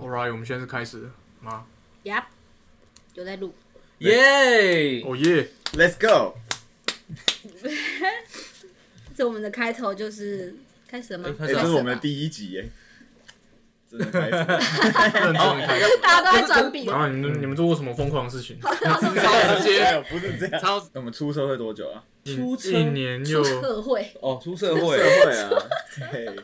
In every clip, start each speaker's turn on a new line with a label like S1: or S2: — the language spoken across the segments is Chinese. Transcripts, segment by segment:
S1: Alright，我们现在是开始了吗？
S2: 呀，有在录。
S3: 耶！
S1: 哦耶！
S3: Let's go！
S2: 这我们的开头就是开始了吗？
S3: 哎开
S2: 开
S3: 始
S2: 始
S3: 了
S2: 了
S3: 这
S2: 吧
S3: 是我们的第一集耶，真的开始
S1: 认真的开始。
S2: 哎大家都在
S4: 哎
S2: 转笔，
S1: 然后你们你们做过什么疯狂的事情？超直
S3: 没
S1: 接，
S3: 有，不是这样。
S1: 超
S3: 我们出社会多久啊？
S4: 出车
S1: 一年又
S2: 出社会，
S4: 哦，出社
S3: 社
S4: 会，
S3: 会啊，对，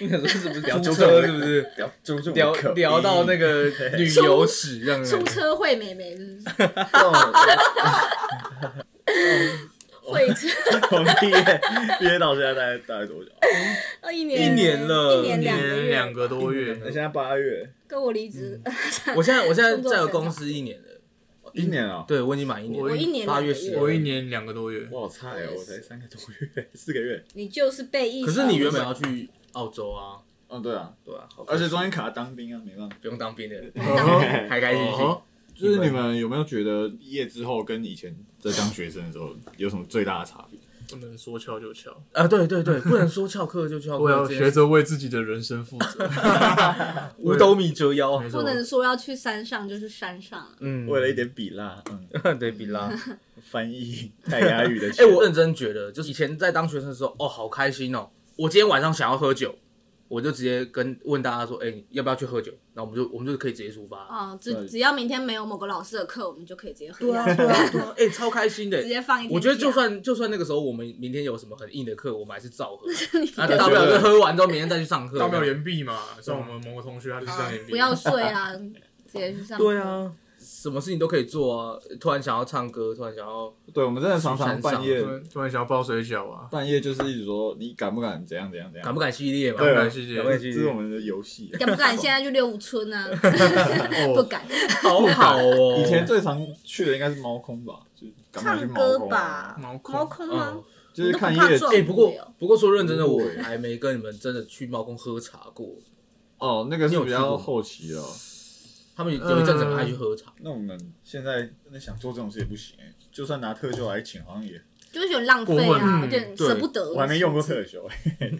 S4: 你想说是不是聊
S3: 出
S4: 出
S3: 车
S4: 车？是不是
S3: 聊注重
S4: 聊聊到那
S3: 个
S4: 个旅游史这样
S2: 出
S4: 子？
S2: 车会妹妹是不是？
S3: 我
S2: 会车
S3: 们毕业毕业到现在大概大概多久啊？
S2: 哦一年
S4: 一年了
S2: 一
S1: 一
S2: 年两个
S1: 年
S2: 月，
S1: 两个多
S3: 那现
S1: 月，
S3: 在八月，
S2: 跟我离职，
S4: 嗯我现在我现在
S2: 工作
S4: 在
S2: 生
S4: 有公司一年了，
S3: 一年啊！
S4: 对我已经满一年
S1: 我
S4: 了，
S2: 我一年
S4: 八
S2: 两
S4: 月
S2: 个
S4: 十
S2: 月。
S1: 我一年两个多月。
S3: 我好菜哦，我才三个多月， 四个月。
S2: 你就是被疫情，
S4: 可是你原本要去澳洲啊，
S3: 哦，对啊，
S4: 对啊，好可
S3: 而
S4: 惜
S3: 且中间卡当兵啊，没办法。
S4: 不用当兵的，
S1: 哦
S4: 开开心心
S1: 吼。
S3: 就是你们有没有觉得毕业之后跟以前在当学生的时候有什么最大的差别？
S1: 不能说翘就翘，
S4: 啊！对对对，不能说翘课就翘课，
S1: 我要
S4: 这件
S1: 学着为自己的人生负责。
S4: 五斗米折腰啊
S1: 没。
S2: 不
S1: 错，
S2: 能说要去山上就去山上了。
S4: 嗯，
S3: 为了一点比辣，嗯，
S4: 对比啦。
S3: 翻译泰雅语的
S4: 哎，
S3: 钱。
S4: 我认真觉得，就是以前在当学生的时候，哦，好开心哦！我今天晚上想要喝酒，我就直接跟问大家说，哎，要不要去喝酒？然后我们就我们就可以直接出发。
S2: 啊，
S3: 对
S2: 只只要明天没有某个老师的课，我们就可以直接喝
S4: 对
S2: 下
S4: 啊，
S2: 去，
S4: 对啊，对啊，哎、超开心的
S2: 直。接放一啊天假。
S4: 我觉 得就算就算那个时候我们明天有什么很硬的课，我们还是 照喝，啊，
S3: 的
S4: 大不了就喝完之后明天再去上课。
S1: 大不了延毕嘛，像我们某个同学他就是这样延毕。
S2: 不要睡啊，直接去上。
S4: 对，啊，什么事情都可以做啊。突然想要唱歌，突然想要，
S3: 对，我们真的常常
S4: 山上
S3: 半夜
S1: 突然突然想要抱水饺啊，
S3: 半夜就是一直说你敢不敢怎样怎样怎样，
S4: 敢不敢系列嘛？
S3: 对
S1: 敢谢谢
S4: 敢不
S3: 这
S4: 敢系
S3: 这
S4: 列
S3: 是我们的游戏。
S2: 敢不敢现在去六五村啊？ 不敢，
S4: 好好哦。
S3: 以前最常去的应该是猫空吧，就是敢不敢去
S2: 唱
S3: 猫
S2: 歌
S3: 空
S2: 吧，
S1: 猫空
S2: 猫空啊吗
S4: 啊嗯？，
S3: 就是看
S2: 你都不怕
S3: 夜景
S2: 撞
S4: 哎、不过
S2: 对哦
S4: 不过说认真的，我
S3: 对
S4: 还没跟你们真的去猫空喝茶过。
S3: 哦，那个
S4: 你
S3: 是
S4: 有
S3: 比
S4: 去
S3: 较
S4: 过吗
S3: 后期了。
S4: 他们有有一阵子很爱去喝茶，
S3: 那我们现在真的想做这种事也不行欸，就算拿特休来请，好像也
S2: 就是有点浪费
S1: 过分嗯
S2: 啊，有点舍不得。啊
S3: 我还没用过特休欸。
S1: 哎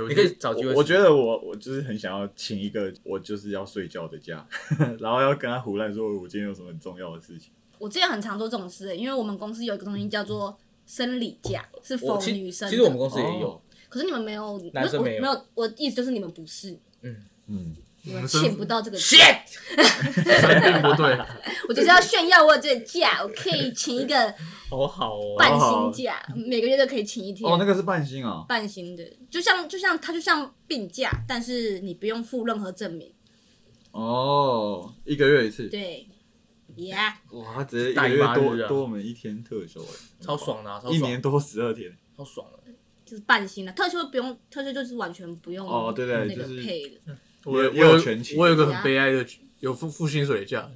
S1: 我觉
S4: 你可
S1: 得
S4: 以找机会
S3: 我我觉得我我就是很想要请一个我就是要睡觉的假， 然后要跟他胡乱说我今天有什么很重要的事情。
S2: 我之前很常做这种事，因为我们公司有一个东西叫做生理假，是否
S4: 嗯我其
S2: 女生的。
S4: 其实我们公司也
S3: 哦
S4: 有，
S2: 可是你们没有，
S4: 男生
S2: 我
S4: 没有
S2: 没有。我意思就是你们不是，
S3: 嗯，
S2: 你
S1: 们
S2: 们
S1: 是
S2: 请不到这个假。
S4: shit，
S1: 三并不对，
S2: 我就是要炫耀我有这个假，我可以请一个
S4: 好好哦。
S2: 半薪 假，每个月都可以请一天。
S3: 哦，那个是半薪啊，
S2: 半薪的，就像就像它就像病假，但是你不用付任何证明。
S3: 哦，一个月一次，
S2: 对，Yeah，
S3: 哇，他直接一
S4: 大
S3: 个
S4: 姨
S3: 月
S4: 妈
S3: 多、
S4: 日啊
S3: 多我们一天特休欸，
S4: 超爽的、啊，超
S3: 一
S4: 爽
S3: 年多十二天。
S4: 超爽的、
S2: 就是半薪的，特休不用，特休就是完全不用
S3: 哦对对
S2: 那个
S3: 就是
S2: 配
S4: 嗯
S2: 的。
S1: 我
S3: 也
S1: 我
S3: 也有
S1: 有
S3: 全勤
S1: 我有一个很悲哀的，有付付薪水的假，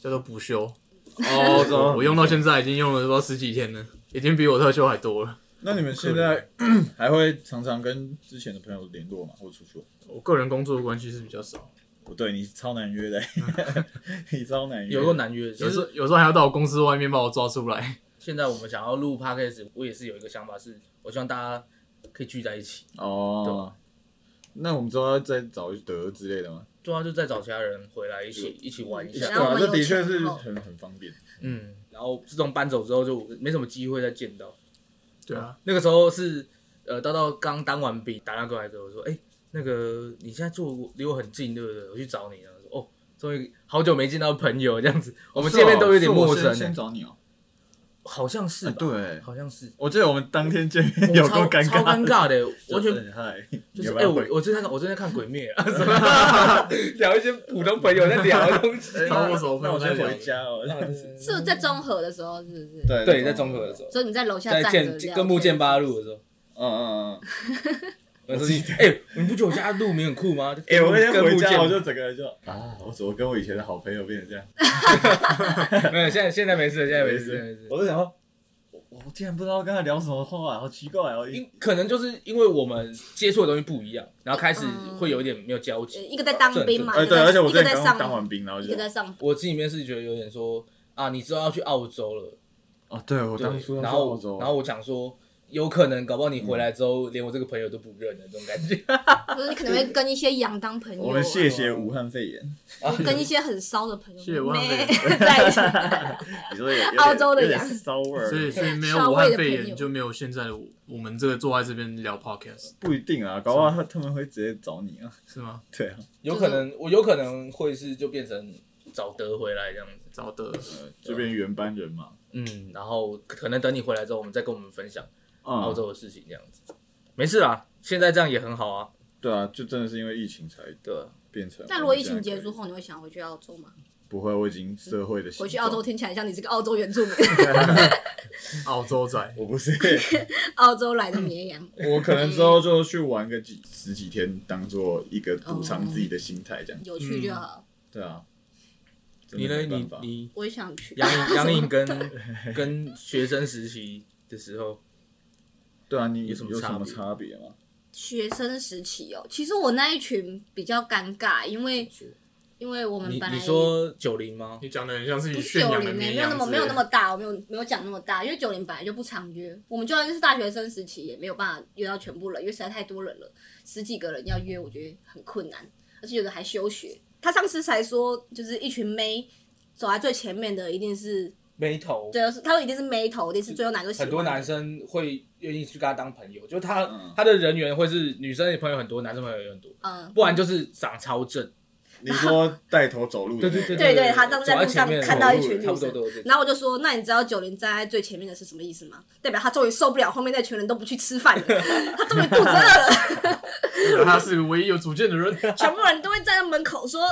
S1: 叫做补休。
S3: 哦，怎么
S1: 我用到现在已经用了不知道十几天了，已经比我特休还多了。
S3: 那你们现在嗯还会常常跟之前的朋友联络吗？或出去玩？
S1: 我个人工作的关系是比较少，
S3: 不对，你超难 约的，你超难约。
S4: 有个难约，
S1: 有
S4: 其
S1: 时
S4: 实
S1: 候有时候还要到我公司外面把我抓出来。
S4: 现在我们想要录 podcast，我也是有一个想法是，我希望大家可以聚在一起。
S3: 哦，那我们之后要再找一德之类的吗？
S4: 对啊，就再找其他人回来一起一起玩一
S2: 对
S4: 下
S2: 然。后我
S3: 啊，
S2: 们
S3: 这
S2: 有
S3: 的确
S2: 钱
S3: 哦是
S2: 后
S3: 很很方便。
S4: 嗯，然后自从搬走之后就没什么机会再见到。
S1: 对啊，
S4: 那个时候是呃，刀刀刚当完兵，打电话过来给我说，哎、那个你现在住离我很近，对不对？我去找你了。我说哦，终于好久没见到朋友这样子，我们见面都有点陌
S3: 啊哦是
S4: 生
S3: 我先
S4: 欸、
S3: 先找你哦。
S4: 好像是
S3: 哎
S4: 吧？
S3: 对，
S4: 好像是。
S3: 我记得我们当天见面有
S4: 超
S3: 够尴
S4: 超尴
S3: 尬，
S4: 尬的，
S3: 就
S4: 完全
S3: 是嗨，
S4: 就
S3: 你
S4: 是
S3: 要
S4: 哎、
S3: 不要
S4: 我
S3: 回
S4: 我正在看，我正在看《鬼灭》啊， 聊一些普通朋友在聊的东西
S3: 哎
S1: 超
S3: 那
S1: 不熟
S3: 那我先
S1: 朋友
S3: 回家哦。
S2: 是在综合的时候，是不 是？
S3: 对
S4: 对，在中和的时候，
S2: 所以你在楼下
S4: 在
S2: 站着
S4: 建
S2: 这样
S4: 跟木剑八路的时候，
S3: 嗯嗯嗯。
S4: 我说 你哎，你不觉得我家路名很酷吗？
S3: 哎、我那天
S4: 跟
S3: 回
S4: 木剑
S3: 家，我就整个人就啊，我怎么跟我以前的好朋友变成这样？
S4: 没有，现在现在没事了，现在没事，现在没事。
S3: 我就想说，我我竟然不知道跟他聊什么话，好奇怪哦。
S4: 因可能就是因为我们接触的东西不一样，然后开始会有一点没有交
S2: 呃
S4: 集。
S2: 一个在当兵嘛，
S3: 哎、
S2: 一个
S3: 对，
S2: 在
S3: 而且我
S2: 一
S3: 之
S2: 个
S3: 前
S2: 在
S3: 刚当完
S2: 上，
S3: 兵，然后
S2: 一
S3: 就
S2: 个在上，
S4: 我自己里面是觉得有点说啊，你之后要去澳洲了，
S3: 哦，对我
S4: 对，然后然后我讲说，有可能搞不好你回来之后，连我这个朋友都不认了，这种感觉。
S2: 就是你可能会跟一些羊当朋友、啊，
S3: 我们谢谢武汉肺炎，
S2: 跟一些很骚的朋友，
S1: 谢谢武汉肺炎
S2: 妹 在一 起。
S3: 你说有有点
S2: 澳洲的
S3: 有点
S2: 羊
S3: 骚味儿，
S1: 所以所以没有
S2: 稍微的
S1: 武汉肺
S2: 朋友
S1: 炎就没有现在的我我们这个坐在这边聊 podcast
S3: 不一定啊，搞不好他他们会直接找你啊。
S1: 是吗？
S3: 对啊，
S4: 有可能我有可能会是就变成找德回来这样子，
S1: 找的
S3: 呃这边原班人马，
S4: 嗯，啊然后可能等你回来之后，我们再跟我们分享澳
S3: 嗯，
S4: 洲的事情这样子。没事啦，现在这样也很好啊。
S3: 对啊，就真的是因为疫情才
S4: 对，
S3: 变成。
S2: 那如果疫情结束，后，你会想回去澳洲吗？
S3: 不会，我已经社会的形状
S2: 回去澳洲，听起来像你是个澳洲原住民，
S1: 澳洲仔，
S3: 我不是，
S2: 澳洲来的绵羊。
S3: 我可能之后就去玩个几十几天，当做一个补偿自己的心态这样。
S2: 有趣就好。
S4: 嗯
S3: 对啊，真
S4: 你
S3: 的
S4: 呢？
S3: 没
S4: 你
S3: 办法
S4: 你
S2: 我也想去，
S4: 杨 颖杨颖跟跟学生实习的时候，
S3: 对啊，你
S4: 有
S3: 有
S4: 什
S3: 什
S4: 么
S3: 么
S4: 差别
S3: 差别 吗？
S2: 学生时期哦，其实我那一群比较尴尬，因为因为我们
S4: 你
S2: 本来
S4: 你说九零吗？
S1: 你讲的很像是
S2: 不
S1: 你
S2: 是
S1: 炫
S2: 九
S1: 耀
S2: 零
S1: 的
S2: 欸没
S1: 绵
S2: 有
S1: 羊
S2: 那
S1: 之类
S2: 么
S1: 的，
S2: 没有 那么大，我没有没有讲那么大，因为九零本来就不常约，我们就算是大学生时期也没有办法约到全部人，因为实在太多人了，十几个人要约，我觉得很困难，而且有的还休学。他上次才说，就是一群妹走在最前面的一定是，
S4: 眉头，
S2: 对，是他们一定是妹头，一定是最后哪个喜欢
S4: 很
S2: 的
S4: 多男生会愿意去跟他当朋友，就他、
S3: 嗯
S4: 他的人缘会是女生的朋友很多，男生朋友也很多，
S2: 嗯，
S4: 不然就是长超正。
S3: 你说带头走路的
S4: 对
S3: 那个，
S4: 对
S2: 对
S4: 对对，
S2: 他站在
S4: 走
S2: 路
S4: 前
S2: 上
S4: 面的
S2: 看到
S4: 走
S2: 一
S4: 路
S2: 群女
S4: 差不多
S2: 生
S4: 都是这样。
S2: 然后我就说，那你知道九零站在最前面的是什么意思吗？代表他终于受不了后面那群人都不去吃饭了， 他终于肚子饿了。
S1: 对啊他是唯一有主见的 人。
S2: 全部人都会站在门口说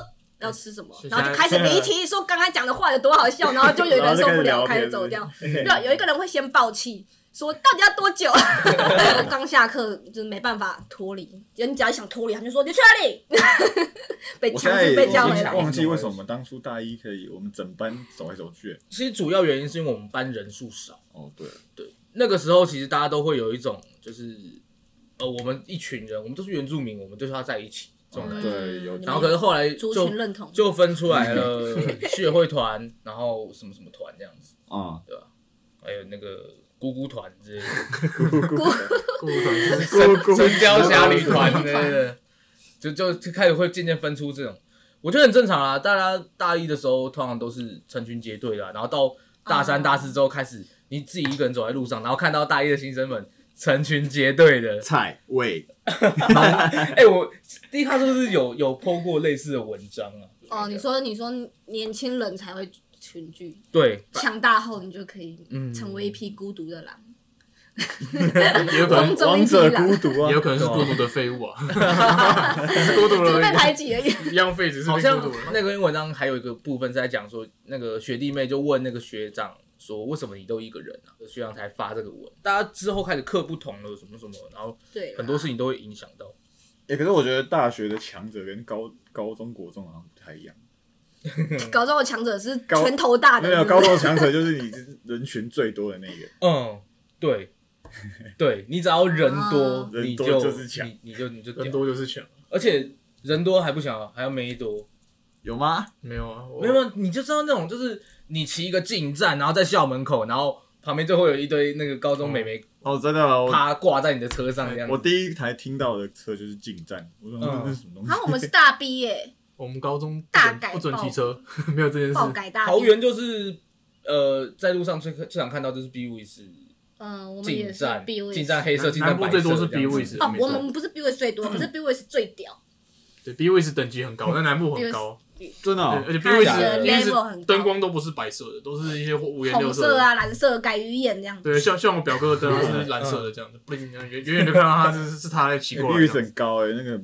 S2: 要吃什么，
S1: 是
S2: 然后就开始离题，说刚才讲的话有多好笑，然后就有一个人受不了，
S3: 然后就开
S2: 开
S3: 始
S2: 始走
S3: 聊
S2: 掉。没有，有一个人会先爆气，说到底要 多久？ 刚下课就是没办法脱离，你只要想脱离，他就说你去哪里？ 被
S3: 我现
S2: 强
S3: 在
S2: 制
S3: 也
S2: 被叫
S3: 我
S2: 回
S3: 已
S2: 来
S3: 经。忘记为什么我们当初大一可以我们整班走来走去。
S4: 其实主要原因是因为我们班人数少，
S3: 哦，对，
S4: 对，那个时候其实大家都会有一种就是呃，我们一群人，我们都是原住民，我们就是要在一起这种感觉。
S3: 对，有
S2: 嗯
S4: 然后可是后来
S2: 族
S4: 就
S2: 群认同，
S4: 就分出来了学会团，然后什么什么团这样子，
S3: 啊，
S4: 还有那个姑姑团之类的。
S1: 顾总就是
S3: 咕咕。
S4: 神雕侠侣团
S2: 神雕侠侣团
S4: 对，就就就开始会渐渐分出这种，我觉得很正常啊。大家大一的时候通常都是成群结队的啊、然后到大三、
S2: 哦
S4: 大四之后开始，你自己一个人走在路上，然后看到大一的新生们成群结队的
S3: 菜味，
S4: 哎、我第一看是不是有有 po 过类似的文章啊？
S2: 哦，你说你说年轻人才会群聚，
S4: 对，
S2: 强大后你就可以
S4: 嗯
S2: 成为一匹孤独的狼，
S1: 也有可能
S2: 风中
S3: 王
S2: 一匹
S3: 者
S2: 狼
S3: 孤， 独啊
S1: 也有，可能是 孤独的废物 啊，只是孤独
S2: 只是
S1: 了
S2: 被
S1: 而
S2: 排挤而已。
S1: 已，一样废，只是
S4: 好
S1: 被
S4: 像
S1: 孤独了。
S4: 那篇文章还有一个部分是在讲说，那个学弟妹就问那个学长说，为什么你都一个人啊？学长才发这个文，大家之后开始课不同了，什么什么，然后
S2: 对啦，
S4: 很多事情都会影响到。
S3: 哎，可是我觉得大学的强者跟高高中国中好像不太一样，
S2: 高中的强者是
S3: 高
S2: 拳头大的，
S3: 没有
S2: 是不是
S3: 高中的强者就是你是人群最多的那个，
S4: 嗯， 对，对你只要人多
S2: 啊，
S4: 你
S3: 嗯人多就是强
S4: 你你就你就
S1: 人
S4: 屌，
S1: 多就是强，
S4: 而且人多还不小，还要没多，
S3: 有吗？
S1: 没有啊，我
S4: 没有没有你就知道那种就是你骑一个近战，然后在校门口，然后旁边就会有一堆那个高中美眉
S3: 哦，真的啊，我
S4: 趴挂在你的车上这样子。
S3: 我第一台听到的车就是进站，我说
S4: 嗯
S3: 那是什么东西
S2: 然？后我们是大 B 耶、
S1: 我们高中不
S2: 大
S1: 准
S2: 改
S1: 不准
S2: 报
S1: 骑车， 没有这件
S2: 爆
S1: 事。
S2: 改大 B
S4: 桃园就是呃，在路上最最常看到就是 B w i s
S2: 嗯，我们也
S4: 进
S2: 是
S4: 站
S2: B，位
S4: 进站黑色，
S1: 南
S4: 进站
S1: 南部
S4: 白色
S1: 最
S4: 这
S1: 多
S4: 样
S1: 是
S4: 子。
S1: B 位置，
S2: 哦
S1: 没，
S2: 我
S1: 错
S2: 们不是 B 位最多，可是 B 位是最屌，
S1: 对 B 位置等级很 高，但南部很高，
S3: 真的
S1: 对
S3: 哦
S1: 而且 B
S2: 它
S1: 位
S4: 的
S1: 置 B 位
S2: level 很
S1: 置
S2: 高
S1: 灯光都不是白色的，都是一些五颜六
S2: 红
S1: 色
S2: 色
S1: 的。
S2: 啊、蓝色、改鱼眼这样子。
S1: 对，像像我表哥的灯它是蓝色的这样子，不灵，远远远就看到他是是他在骑
S3: 欸
S1: 过
S3: 比
S1: 来
S3: 率
S1: 这样
S3: 很
S1: 子。
S3: 高哎，那个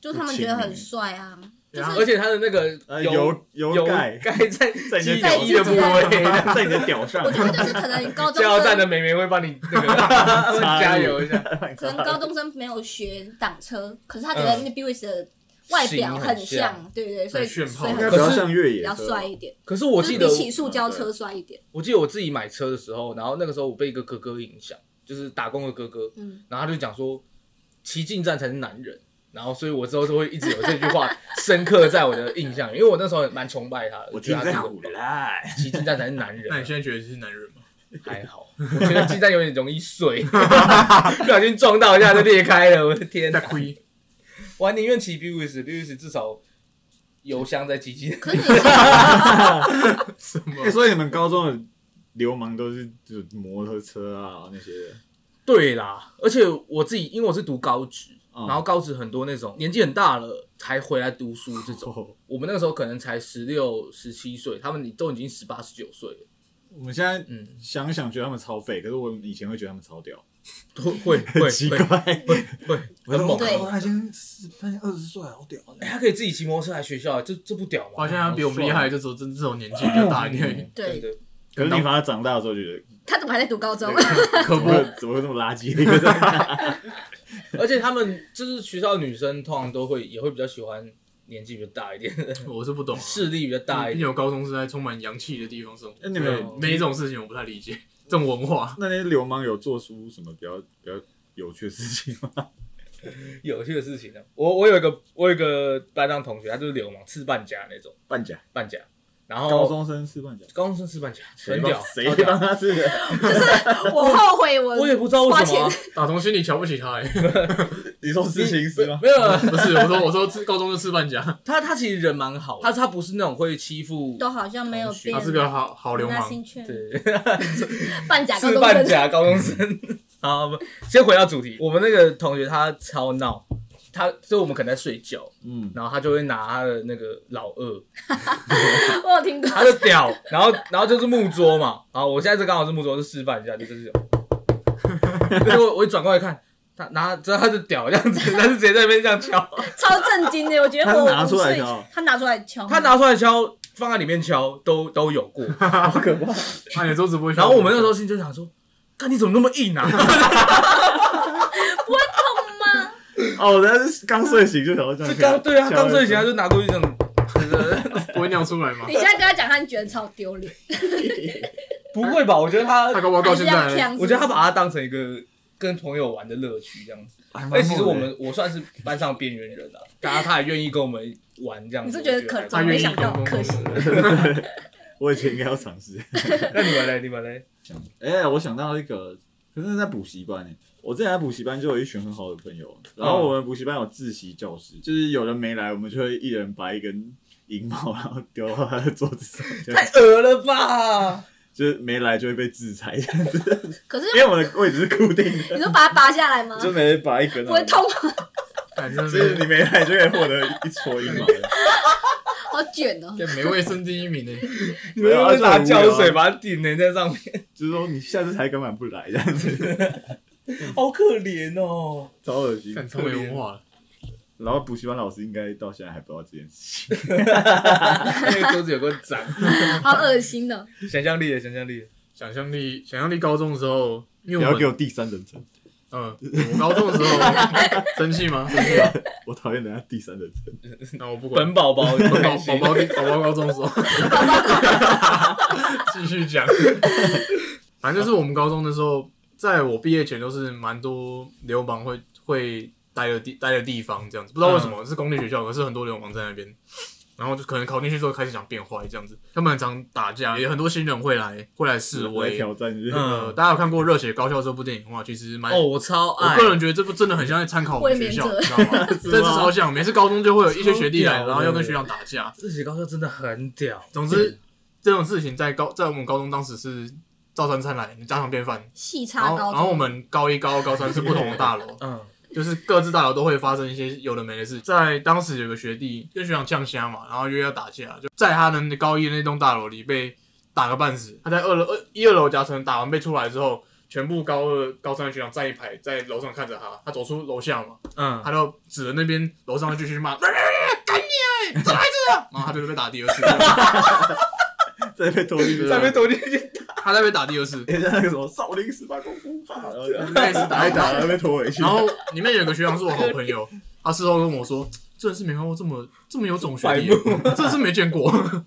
S2: 就他们觉得很帅啊，
S1: 对
S2: 就
S1: 啊
S4: 而
S2: 是
S4: 且它的那个
S3: 呃
S4: 油
S3: 油
S4: 油
S3: 油
S4: 盖
S3: 盖
S4: 在在
S3: 你的
S2: 在
S4: 机的部位，
S3: 在你的屌上
S2: 我觉得就是可能高中
S4: 加油站的
S2: 生
S4: 美眉会帮你 那个
S3: 插入
S4: 加油一下。
S2: 可能高中生没有学挡车，可是他觉得那 B 位的外表
S4: 型
S2: 很
S4: 很
S2: 像，对对，所以所
S1: 炫
S2: 以
S1: 炮
S2: 很
S3: 应该
S4: 可
S3: 比
S4: 是
S3: 较像越
S2: 比
S3: 野
S2: 较
S3: 车
S2: 帅一点，
S4: 可是我
S2: 就是
S4: 记
S2: 比
S4: 得，
S2: 起塑胶车帅一点。
S4: 我记得我自己买车的时候，然后那个时候我被一个哥哥影响，就是打工的哥哥，
S2: 嗯，
S4: 然后他就讲说，骑进站才是男人。然后，所以我之后就会一直有这句话深刻在我的印象，因为我那时候也蛮崇拜他的。
S3: 我听
S4: 觉得
S3: 在
S4: 他是
S3: 胡来，
S4: 骑进站才是男人
S1: 那
S4: 啊
S1: 你。现在觉得你是男人吗？
S4: 还好，我觉得鸡蛋有点容易碎， 不小心撞到一下就裂开了，我的天
S1: 在
S4: 哪！
S1: 亏，
S4: 我还宁愿骑 BUS，BUS 至少油箱在机器。
S2: 可是你是
S1: 什么
S3: 欸所以你们高中的流氓都是就摩托车啊那些的，
S4: 对啦，而且我自己因为我是读高职，
S3: 嗯
S4: 然后高职很多那种年纪很大了才回来读书这种，
S3: 哦
S4: 我们那个时候可能才十六、十七岁，他们都已经十八、十九岁了，
S3: 我们现在
S4: 嗯，
S3: 想想觉得他们超废，可是我以前会觉得他们超屌，
S4: 都会 会
S3: 很奇怪
S4: 会。 会很猛。
S2: 对
S5: 他已经是他已经二十岁了，好屌啊的！
S4: 哎，他可以自己骑摩托车来学校，这这不屌吗？
S1: 好像他比我们厉害，就只有这这种年纪比较大一点，
S2: 对，
S4: 对，
S3: 可是你反而长大的时候觉得，
S2: 他怎么还在读高 中？
S1: 可
S3: 怎
S1: 不
S3: 么，会怎么会这么垃 圾的一个人？
S4: 而且他们就是学校女生，通常都会也会比较喜欢年纪比较大一点的，
S2: 哦
S1: 我是不懂啊。
S4: 势力比较大一
S1: 毕
S4: 点。
S1: 竟我高中是在充满阳气的地方生活，
S3: 那你们有
S1: 每一种事情我不太理解，这种文化
S3: 那些流氓有做出什么比较比较有趣的事情吗？
S4: 有趣的事情呢，啊我我有一个我有一个班上同学，他就是流氓，吃半甲那种
S3: 半甲，
S4: 半甲，然后
S3: 高中生是半甲，
S4: 高中生吃半甲，
S3: 谁
S4: 很屌
S3: 帮，谁帮他吃的？
S2: 我后悔我
S4: 我也不知道为什么啊
S2: 呃花，
S1: 打从心里瞧不起他、欸。
S3: 你说事情是吗？
S4: 没有，
S1: 不是，我说我说吃高中就吃半甲，
S4: 他他其实人蛮好的，他他不是那种会欺负，
S2: 都好像没有变。
S1: 他是个好好流氓。
S2: 兴趣
S4: 对，
S2: 半假高
S4: 是
S2: 中
S4: 半
S2: 生，
S4: 甲高中生。 好，不先回到主题，我们那个同学他超闹，他所以我们可能在睡觉，
S3: 嗯，
S4: 然后他就会拿他的那个老二，
S2: 我有听过。
S4: 他就 屌，然后然后就是木桌嘛，啊，我现在这刚好是木桌，就示范一下，就是 这种，结果我一转过来看。他拿，知道他就屌这样子，他是直接在那边这样敲，
S2: 超震惊的，我觉得
S3: 他是
S2: 我
S3: 拿出来的哦
S2: 敲，他拿出来敲，
S4: 他拿出来敲，放在里面敲，都都有过。
S1: 啊，你的桌子不会敲？
S4: 然后我们那时候心就想说，看你怎么那么硬啊？
S2: 不会痛吗？
S3: 哦，他是刚睡醒就想要这样
S4: 就
S3: 下，
S4: 刚对啊，
S3: 下来
S4: 刚睡醒他就拿过去这样，
S1: 不会尿出 来吗
S2: 你？现在跟他讲，他觉得超丢脸，
S4: 不会吧？我觉得他
S1: 他搞不好到
S2: 还是
S1: 现
S2: 这样
S1: 在，
S2: 呛。
S4: 我觉得他把它当成一个跟朋友玩的乐趣这样子。
S5: 还蛮
S4: 哎，其实
S5: 猛的
S4: 我们我算是班上边缘人啊，大家他也愿意跟我们玩这样
S2: 你
S4: 子。
S2: 是觉得
S4: 我
S2: 可
S4: 还
S1: 他
S2: 怎
S4: 蛮
S2: 么
S1: 愿
S2: 没
S1: 意
S2: 想到
S1: 跟，
S2: 可惜。
S3: 我以前应该要尝试。
S4: 那你们嘞？你们嘞？
S3: 想，哎、我想到一个，可是在补习班呢。我之前在补习班就有一群很好的朋友，然后我们补习班有自习教室，就是有人没来，我们就会一人拔一根银毛，然后丢到他的桌子上，这样
S4: 太恶了吧！
S3: 就是没来就会被制裁，这样子
S2: 可是
S3: 因为我的位置是固定的，
S2: 你说把它拔下来吗？
S3: 就每人拔一根，
S2: 不会痛吗？
S1: 反正
S3: 就是你
S1: 哎是
S3: 没来就可以获得一撮银毛。
S2: 好卷 哦！
S1: 没卫生第一名欸 呢、
S4: 你们又
S3: 没有啊
S4: 拿
S3: 就很无聊
S4: 胶
S3: 啊
S4: 水把它顶人在上面，
S3: 就是说你下次才根本不来这样子，
S4: 好可怜 哦。
S3: 超恶心。
S1: 看超没文化了。
S3: 然后补习班老师应该到现在还不知道这件事情。
S4: 那个桌子有个长，
S2: 好恶心哦！
S4: 想象力的想象力。
S1: 想象力，想象力，高中的时候，因
S3: 不
S1: 为我
S3: 要给
S1: 们，
S3: 我第三人称，
S1: 嗯，我高中的时 候，生气吗？生气吗？
S3: 我讨厌人家第三人称。
S1: 那我不管。
S4: 本宝宝，本
S1: 宝宝宝宝宝宝高中的时 候，继续讲，反正就是我们高中的时候，在我毕业前都是蛮多流氓会会待的地待的地方这样子，不知道为什
S4: 嗯
S1: 么、是公立学校，可是很多流氓在那边。然后就可能考进去之后开始想变坏这样子，他们很常打架，也很多新人会来会来示
S3: 来
S1: 威。
S3: 挑战日。
S4: 嗯
S1: 呃，大家有看过《热血高校》这部电影的话，其实蛮
S4: 哦，我超
S1: 我
S4: 爱。
S1: 个人觉得这不真的很像在参考我们学校，你知道 吗？真是超像，每次高中就会有一些学弟来，然后要跟学长打架。
S4: 自己高校真的很屌，，
S1: 总之，这种事情在高在我们高中当时是照三餐来，你家常便饭。
S2: 细
S1: 然
S2: 差
S1: 后
S2: 高
S1: 然后我
S2: 中，
S1: 们高一、高二、高三是不同的大 楼
S4: 嗯，
S1: 就是各自大楼都会发生一些有的没的事。在当时有个学弟跟学长呛虾嘛，然后约要打架，就在他的高一的那栋大楼里被打个半死。他在二楼二一二楼夹层打完被出来之后。全部高二、高三的学长站一排，在楼上看着他。他走出楼下嘛，
S4: 嗯，
S1: 他就指着那边楼上继续骂：“ 干你、欸，这孩子啊！”然后他就被打第二次，
S3: 在被拖进去，
S1: 在被
S4: 躲进去，
S1: 他在被打第二次。
S3: 人家那个什么少林十八功夫法，然后就
S1: 开始打
S3: 打一打，然后被拖回去。
S1: 然后里面有个学长是我好朋 友，他事后跟我说，真的是没看过这么这么有种学弟，真的是没见过。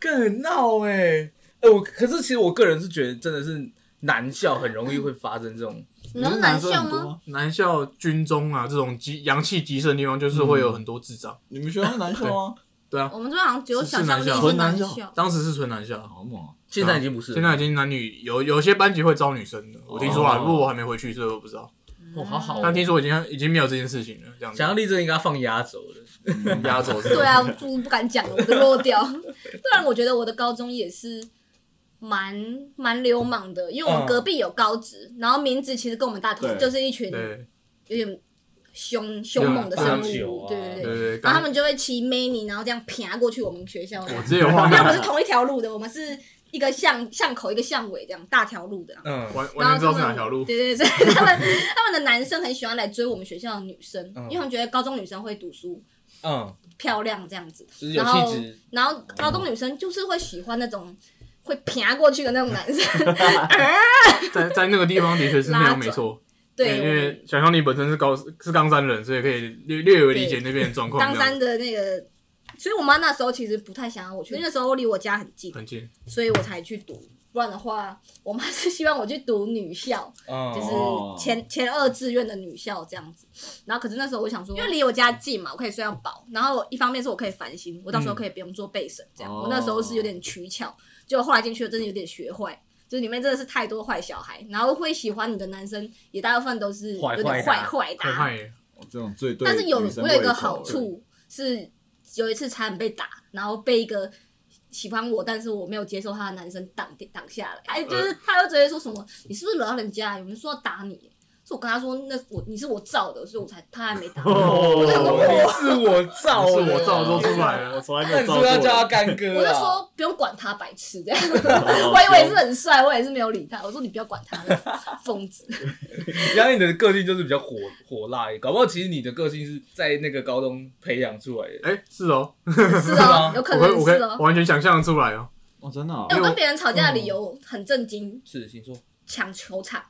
S4: 更很闹哎、欸。哎、我可是其实我个人是觉得真的是男校很容易会发生这种，
S2: 你能难笑吗？？
S1: 男校、军中啊这种极阳气极盛的地方，就是会有很多智障。
S3: 你们学校难
S1: 校
S3: 吗？
S1: 对啊，
S2: 我们这边好像只有小
S1: 是男
S2: 校
S1: 校
S2: 跟
S3: 纯男校
S2: 校，
S1: 当时是纯男校，
S3: 好猛啊！
S4: 现在已经不是了，
S1: 现在已经男女有有些班级会招女生的，我听说啊，
S3: 哦
S1: 不过我还没回去，所以我不知道。
S4: 哦，好好哦，
S1: 但听说已经已经没有这件事情了，这样子
S4: 想要立正应该放压轴的，
S3: 嗯
S1: 压轴是吧
S2: 对啊，我不敢讲了，我都漏 掉。不然我觉得我的高中也是蛮蛮流氓的，因为我们
S4: 嗯
S2: 隔壁有高职，然后名字其实跟我们大同，
S3: 对
S2: 就是一群
S1: 对
S2: 有点凶凶猛的生
S4: 对啊
S2: 物，对对
S1: 对
S2: 对。
S1: 对对，
S2: 然后他
S1: 刚
S2: 们就会骑 mini，然后这样啪过去我们学校。
S1: 我直接有画
S2: 因为
S1: 面
S2: 我，们是同一条路的，我们是一个巷巷口一个巷尾这样大条路的啊。
S4: 嗯，
S1: 完
S2: 然
S1: 完
S2: 后
S1: 全知道
S2: 他
S1: 是
S2: 们
S1: 哪条路。
S2: 对对对， 所以他们他们的男生很喜欢来追我们学校的女生，
S4: 嗯
S2: 因为他们觉得高中女生会读书
S4: 嗯，
S2: 漂亮这样子，
S4: 就是有气质，
S2: 然后高中女生就是会喜欢那种会啪过去的那种男 生。
S1: 在在那个地方的确是那样，没错。
S2: 对，
S1: 因
S2: 我们
S1: 为想象力本身是高是冈山人，所以可以略略有理解那边的状况。
S2: 冈山的那个，所以我妈那时候其实不太想要我去，因为那时候离我家很近
S1: 这样，很近，
S2: 所以我才去读。不然的话，我妈是希望我去读女校，
S4: 嗯，
S2: 就是前前二志愿的女校这样子。然后可是那时候我想说，因为离我家近嘛，我可以睡到饱。然后一方面是我可以烦心，我到时候可以不用做备审这样。
S3: 哦
S2: 我那时候是有点取巧，结果后来进去了真的有点学坏。就是里面真的是太多坏小孩，然后会喜欢你的男生也大部分都是有点坏坏的
S1: 快
S2: 啊，
S1: 看耶！
S3: 哦这种最对
S2: 但是有
S3: 女生
S2: 我有一
S3: 胃
S2: 个
S3: 口
S2: 好
S3: 了，
S2: 处是，有一次差点被打，然后被一个喜欢我，但是我没有接受他的男生挡挡下来，哎，就是他又直接说什么，你是不是惹到人家？有人说要打你？是我跟他说，那我你是我造的，所以我才他还没打我。
S3: 哦，
S4: 是哦我造的，
S1: 是我造都出来了
S3: 我啊从来没有
S4: 那你是
S3: 照
S4: 不
S3: 过
S4: 是要叫他干哥啊？
S2: 我就说不用管他，白痴这样。
S3: 哦
S2: 我以为是很帅，我也是没有理他。我说你不要管他，疯子。
S4: 然后你的个性就是比较火火辣一点，搞不好其实你的个性是在那个高中培养出来的。
S1: 哎，是哦，
S2: 是哦，有可
S1: 我可以
S2: 能
S1: 我可
S2: 是
S1: 以
S2: 哦。
S1: 完全想象得出来哦。
S3: 哦，真的哦
S2: 哎，我跟别人吵架的理由很震惊，
S4: 是，请说。
S2: 抢球场。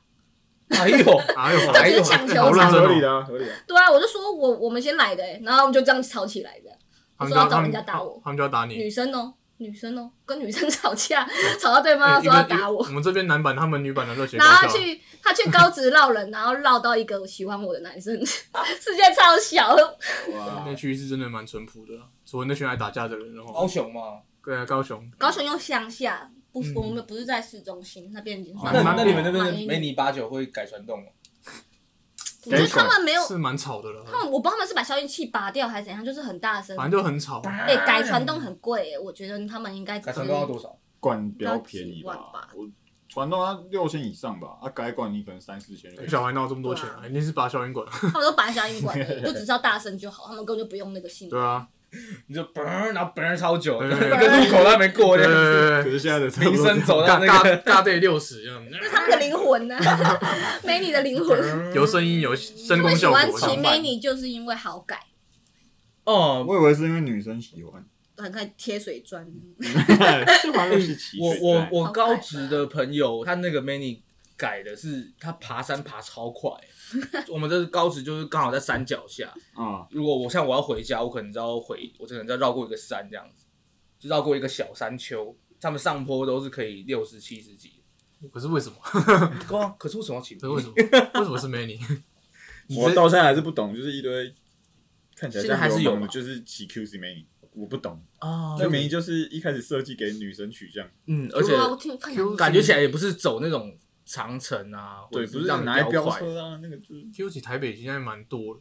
S4: 哎呦，
S1: 哎呦，
S2: 他只是抢球
S1: 好认
S2: 场。
S1: 真
S3: 合
S1: 哦
S3: 理的啊，合理的啊。
S2: 对啊，我就说我我们先来的、欸，然后我们就这样吵起来的。
S1: 他
S2: 我
S1: 们
S2: 说
S1: 就要
S2: 要找
S1: 他
S2: 人
S1: 们
S2: 家打我，
S1: 他们就要打你。
S2: 女生哦、女生哦、跟女生 吵架，吵到对方要
S1: 哎一
S2: 说要
S1: 个
S2: 打
S1: 一
S2: 我
S1: 个，我们这边男版他们女版的热血高
S2: 然后
S1: 校
S2: 他，去他去高职绕人，然后绕到一个喜欢我的男生， 世界超小。
S3: 哇
S1: 那区是真的蛮淳朴的啦，除了那群爱打架的人的话
S4: 高，雄嘛，
S1: 对啊，高雄
S2: 高雄又乡下，不是、
S4: 嗯
S2: 我们不是在市中心那边已经
S3: 哦
S2: 蛮
S4: 那
S1: 蛮
S4: 那你们那边
S2: 蛮
S4: 的梅尼八九会改传动吗？
S2: 我觉得他们没有，
S1: 是蛮吵的了，
S2: 他们我不知道他们是把消音器拔掉还是怎样，就是很大声。
S1: 反正就很吵。
S2: 哎、改传动很贵、欸，我觉得他们应该
S4: 改传
S2: 只
S4: 动要多少？
S3: 管比较便宜
S2: 要几万吧
S3: 吧，我管到他六千以上吧，啊，改管你可能三四千就可以。
S1: 小孩闹这么多钱啊，一定是把小音管。
S2: 他们都拔消音管而 已，就只是要大声就好，他们根本就不用那个信号。
S1: 对啊，
S4: 你就嘣，然后嘣超久，一
S1: 对
S4: 个路口都还没过，这
S1: 对
S4: 样子
S1: 对
S3: 可
S1: 对
S3: 是现在的差不
S4: 民
S3: 多
S4: 生走到
S1: 尬
S4: 那个
S1: 尬尬对六十这样子，
S2: 那是他们的灵魂呢、 美女的灵魂。
S1: 有声音有声
S2: 他
S1: 光
S2: 们喜
S1: 效
S2: 欢
S1: 果。
S2: 骑美女就是因为好改，
S4: 哦，
S3: 我以为是因为女生喜欢，
S2: 很可以贴水砖。
S3: 喜欢又是奇
S4: 我
S3: 趣
S4: 我
S3: 在
S4: 我高职的朋友，他那个 mini 改的是他爬山爬超快，我们这高职就是刚好在山脚下。
S3: 啊，
S4: 如果我像我要回家，我可能就要回，我可能就要绕过一个山这样子，就绕过一个小山丘，他们上坡都是可以六十七十几。
S1: 可是为什么？
S4: 哇！可是为什么要请
S1: 可是 为什么？为什么是美女？你
S3: 我
S1: 这
S3: 到现在还是不懂，就是一堆看起来
S4: 现在还
S3: 像
S4: 是有
S3: 流氓的
S4: 吧
S3: 就是骑 QC 美女，我不懂，
S4: 啊
S3: 这明明就是一开始设计给女生取向，
S4: 嗯，而且
S2: 我听看起来
S4: 感觉起来也不是走那种长城啊，或
S3: 对，
S4: 者
S3: 不
S4: 是
S3: 是
S4: 让你
S3: 拿来
S4: 飙
S3: 飙
S4: 快。
S3: 车啊，那个就是
S1: QC 台北现在蛮多的，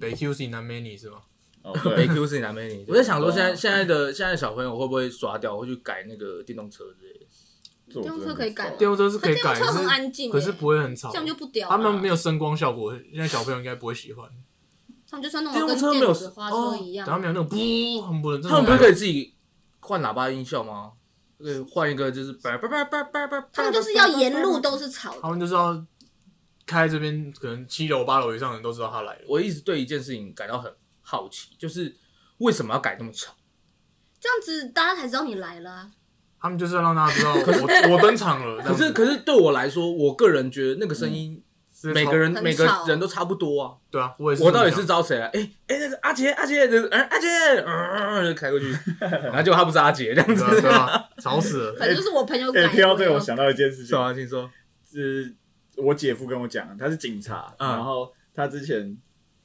S1: 北 QC 南美女是吗？
S3: 哦，对，
S4: 没 Q 是你男美女， 我在想说，现
S3: 对
S4: 在
S3: 啊
S4: 现在的现在小朋友会不会刷掉，会去改那个电动车之类的？
S3: 这我
S2: 电
S3: 真
S2: 动
S3: 的
S2: 车可以改吗
S3: 不
S1: 电动车是可以
S2: 电动
S1: 改，
S2: 车
S1: 可
S2: 很
S1: 是
S2: 安静、欸，
S1: 可是不会很吵
S2: 这。样就不屌、
S1: 他
S2: 啊。
S1: 们没有，声光效果，现在小朋友应该不会喜欢。
S2: 他们就算弄
S4: 电
S2: 得
S4: 动
S2: 跟
S4: 车没
S2: 电
S4: 有
S2: 子花车哦一样。
S1: 然后没有那种噗，很不能。
S4: 他们不
S1: 这
S4: 是可
S1: 种
S4: 以自己换喇叭音效吗？可以换一个就是叭叭叭叭叭叭叭，
S2: 他们就是要沿路都是吵
S1: 感觉
S2: 的，
S1: 他们就是要开这边，可能七楼八楼以上的人都知道他来了。
S4: 我一直对一件事情感到很好奇，就是为什么要改那么吵？
S2: 这样子大家才知道你来了、啊。
S1: 他们就是要让大家知道我我登场了。
S4: 可是可是对我嗯来说，我个人觉得那个声音，
S1: 是
S4: 每个人
S2: 很
S4: 每个
S2: 吵
S4: 人都差不多啊。
S1: 对啊，我也是
S4: 我
S1: 这么想。
S4: 到底是招谁啊？哎哎，那个阿杰阿杰，就是嗯阿杰，嗯就开过 去，然后结果他不是阿杰，这样
S1: 对
S4: 子。
S1: 啊对 啊，吵死了。
S2: 反正就是我朋友改。
S3: 哎，听到这个，
S2: 我
S3: 我想到一件事
S4: 是
S3: 情，
S4: 吗？请说。
S3: 是我姐夫跟我讲，他是警察，
S4: 嗯
S3: 然后他之前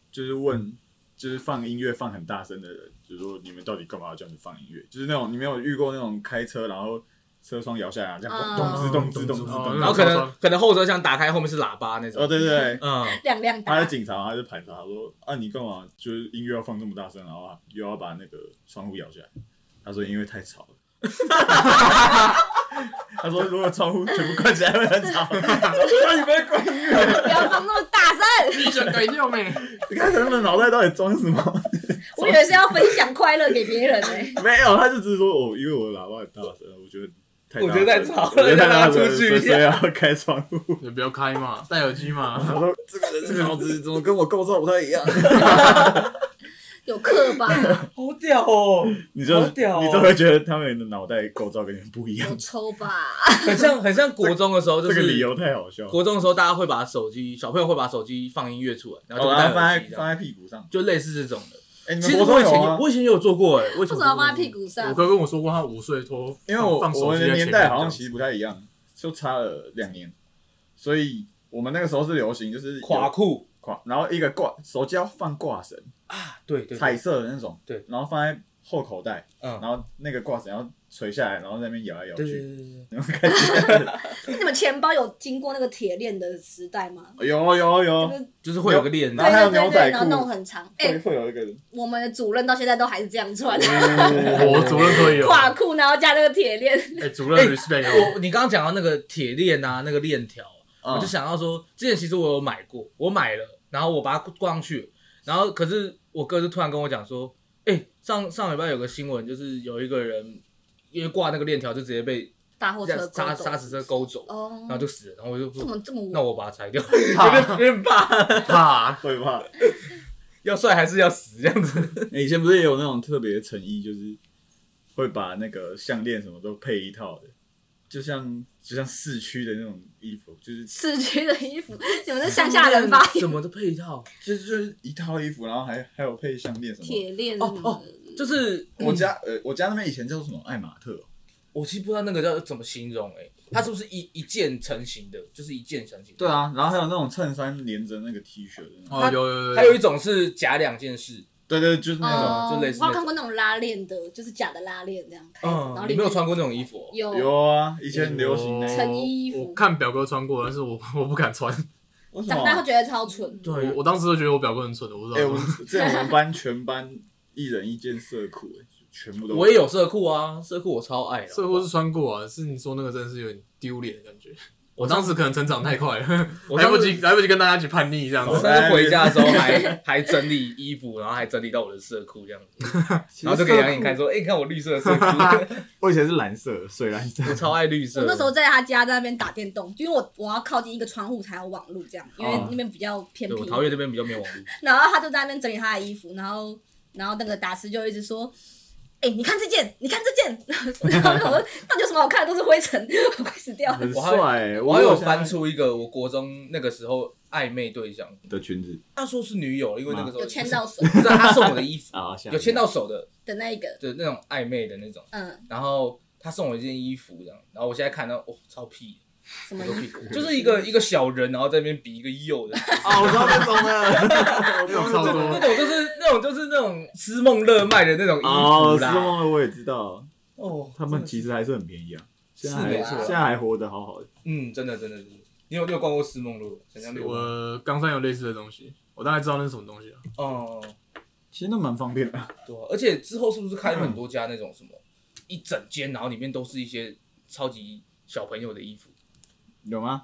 S3: 就是问就是放音乐放很大声的人，就说你们到底干嘛要这样子放音乐？就是那种你没有遇过那种开车然后车窗摇下来这样咚
S2: 嗯
S3: 吱咚吱咚吱
S1: 哦
S3: 咚吱，
S4: 然后可能可能后车厢打开，后面是喇叭那
S3: 哦
S4: 种。
S3: 对对对，
S4: 嗯，
S2: 亮亮
S3: 他
S2: 哒
S3: 是，警察，他就盘查，他说啊，你干嘛？就是音乐要放这么大声，然后啊又要把那个窗户摇下来。他说因为太吵 了。他说如果窗户全部关起来会很吵。我说那你不要关音乐，
S2: 不要放那么大 声。
S1: 你想改掉 没？
S3: 你看他们脑袋到底装什么？
S2: 我以为是要分享快乐给别人呢、
S3: 没有，他就只是说哦，因为我的喇叭很大声，我觉得太大声
S4: 我觉得太吵了
S3: 我觉得太大声
S4: 让他出去一啊下
S3: 所以要开窗户。
S1: 你不要开嘛，戴耳机嘛。
S3: 他说这个人这个脑子怎么跟我构造不太一样？
S2: 有课吧？
S4: 好屌哦，
S3: 你就
S4: 好屌哦
S3: 你就会觉得他们的脑袋构造跟你们不一样
S2: 有。抽 吧？
S4: 很像很像国中的时候，就
S3: 这
S4: 是
S3: 个理由太好笑了。
S4: 国中的时候，大家会把手机，小朋友会把手机放音乐出来，然后就
S3: 哦
S4: 不
S3: 然后
S4: 戴
S3: 放在
S4: 耳机这
S3: 放
S4: 样，
S3: 在屁股上。
S4: 就类似这种的。
S3: 哎、你
S4: 其
S3: 们国
S4: 实
S3: 中
S4: 我以
S3: 有
S4: 前
S3: 啊？
S4: 我以前也有做过，哎，为
S2: 为
S4: 什
S2: 什
S4: 么
S2: 么要放在屁？股上
S1: 我？哥跟我说过，他五岁偷，
S3: 因为我
S1: 放
S3: 我
S1: 手
S3: 们
S1: 机
S3: 的
S1: 在
S3: 年
S1: 前面这
S3: 代好
S1: 样
S3: 像其
S1: 子。
S3: 实不太一样，就差了两年，所以我们那个时候是流行就是有
S4: 垮裤
S3: 垮，然后一个挂手机要放挂绳，
S4: 啊，对对，
S3: 彩
S4: 对
S3: 色的那种，
S4: 对，
S3: 然后放在后口袋，
S4: 嗯
S3: 然后那个挂绳要垂下来，然后在那边摇来摇
S4: 对对
S3: 去。
S4: 对对对，
S2: 那你们钱包有经过那个铁链的时代吗？
S3: 哦有有
S2: 就
S3: 有，
S2: 是
S4: 就是会有个链子啊
S3: 然，后还有
S2: 对对
S3: 牛仔
S2: 对，
S3: 裤
S2: 然后弄很长。哎、
S3: 会会有一 个人，
S2: 我们的主任到现在都还是这样穿，
S1: 我主任可以有，
S2: 垮裤 然后加那个铁链，
S1: 哎，主任 respect 我。
S4: 我你刚刚讲到那个铁链啊，那个链条
S3: 我
S4: 啊，我就想到说，之前其实我有买过，我买了，然后我把它挂上去，然后可是我哥就突然跟我讲说，哎、上上礼拜有个新闻，就是有一个人因为挂那个链条就直接被
S2: 大货车
S4: 刹
S2: 刮
S4: 刹
S2: 走。
S4: 死车勾走，
S2: 哦
S4: 然，后就死了，然后我就
S2: 这
S4: 说，
S2: 么这么
S4: 那
S2: 稳？
S4: 我把它拆掉， 有点有点怕，
S1: 怕
S3: 啊会怕。
S4: 要帅还是要死这样子，
S3: 欸以前不是也有那种特别的成衣，就是会把那个项链什么都配一套的，就像就像市区的那种衣服，就是
S2: 市区的衣 服，你们是乡下人吧？
S4: 什么都配一套，
S3: 就是就是一套衣服，然后还还有配项链什么。
S2: 铁链啊什么的
S4: 哦哦就是
S3: 我家呃，我家那边以前叫做什么爱马特哦，
S4: 我其实不知道那个叫怎么形容、哎，它是不是一一件成型的，就是一件成型的，
S3: 对啊，然后还有那种衬衫连着那个 T 恤的那种，
S1: 哦，有有
S4: 还有
S1: 有
S4: 一种是夹两件事。
S3: 对对，就是那
S2: 哦
S4: 就类似
S2: 我
S4: 那
S2: 有
S4: 种嗯
S2: 看过那种拉链的，就是假的拉链这样开着，然后
S4: 你
S2: 里
S4: 没
S2: 面
S4: 有穿过那种衣服、哦？
S3: 种。
S2: 有
S3: 有啊，以前流行那
S4: 哎
S3: 个
S1: 我
S2: 衬衣衣服
S1: 我看表哥穿过，但是我 我不敢穿。
S3: 为什
S2: 长大会
S3: 么？
S2: 觉得超蠢。
S4: 对
S1: 我我当时就觉得我表哥很蠢的，我不知
S3: 哎，
S1: 道
S3: 我
S1: 为
S3: 们
S1: 什么。
S3: 之前我们班全班一人一件色裤，哎，全部都
S4: 我也有色裤啊，色裤我超爱的。
S1: 最后是穿过啊，是你说那个真的是有点丢脸的感觉。我
S4: 我
S1: 当时可能成长太快了，
S4: 我
S1: 来
S4: 上
S1: 不
S4: 次
S1: 及来不及跟大家一起叛逆这样
S4: 我
S1: 子。
S4: 上次回家的时候还 还整理衣服，然后还整理到我的色裤这样子，然后就给杨颖看说：“哎、你看我绿色的 色裤，
S3: 我以前是蓝色，水蓝 色。
S4: 我超爱绿色
S2: 我
S4: 的。”
S2: 那时候在他家在那边打电动，就因为我我要靠近一个窗户才有网路这样，因为
S4: 哦
S2: 那边比较偏
S4: 对
S2: 僻
S4: 我。桃园这边比较没有网络，
S2: 然后他就在那边整理他的衣服，然后然后那个达斯就一直说。哎、你看这件，你看这件， 然后我说，到底有什么好看的？都是灰尘， 我快死掉 了。
S3: 很
S4: 我还
S3: 帅，
S4: 欸我还有
S3: 现在
S4: 翻出一个我国中那个时候暧昧对象，
S3: 的裙子
S4: 那时候是女友，因为那个时候
S2: 有牵到手
S4: 不是啊他送我的衣 服，
S3: 啊，
S4: 有牵到手的，
S2: 的那一个，
S4: 就那种暧昧的那种。
S2: 嗯，
S4: 然后他送我一件衣服这样，然后我现在看到哦，超屁的。
S2: 什么衣服？
S4: 就是一个一个小人，然后在那边比一个右的，
S3: 啊，我知道那种
S1: 我
S3: 了，
S1: 有差不
S4: 那
S1: 多，
S4: 种就是那种就是那种吃梦乐卖的那种 衣
S3: 哦，
S4: 服
S3: 是
S4: 啦。
S3: 忘了我也知道，
S4: 哦，
S3: 他们其实还是很便宜啊，现在
S4: 是
S3: 还
S4: 没
S2: 错啊
S3: 现在还活得好好的。
S4: 嗯，真的真的真的，你有你有逛过思梦路？想象路吗？
S1: 我冈山有类似的东西，我大概知道那是什么东西啊了。
S4: 哦，
S3: 其实那蛮方便的，
S4: 对啊、而且之后是不是开了很多家那种什么一整间，然后里面都是一些超级小朋友的衣服，
S3: 有吗？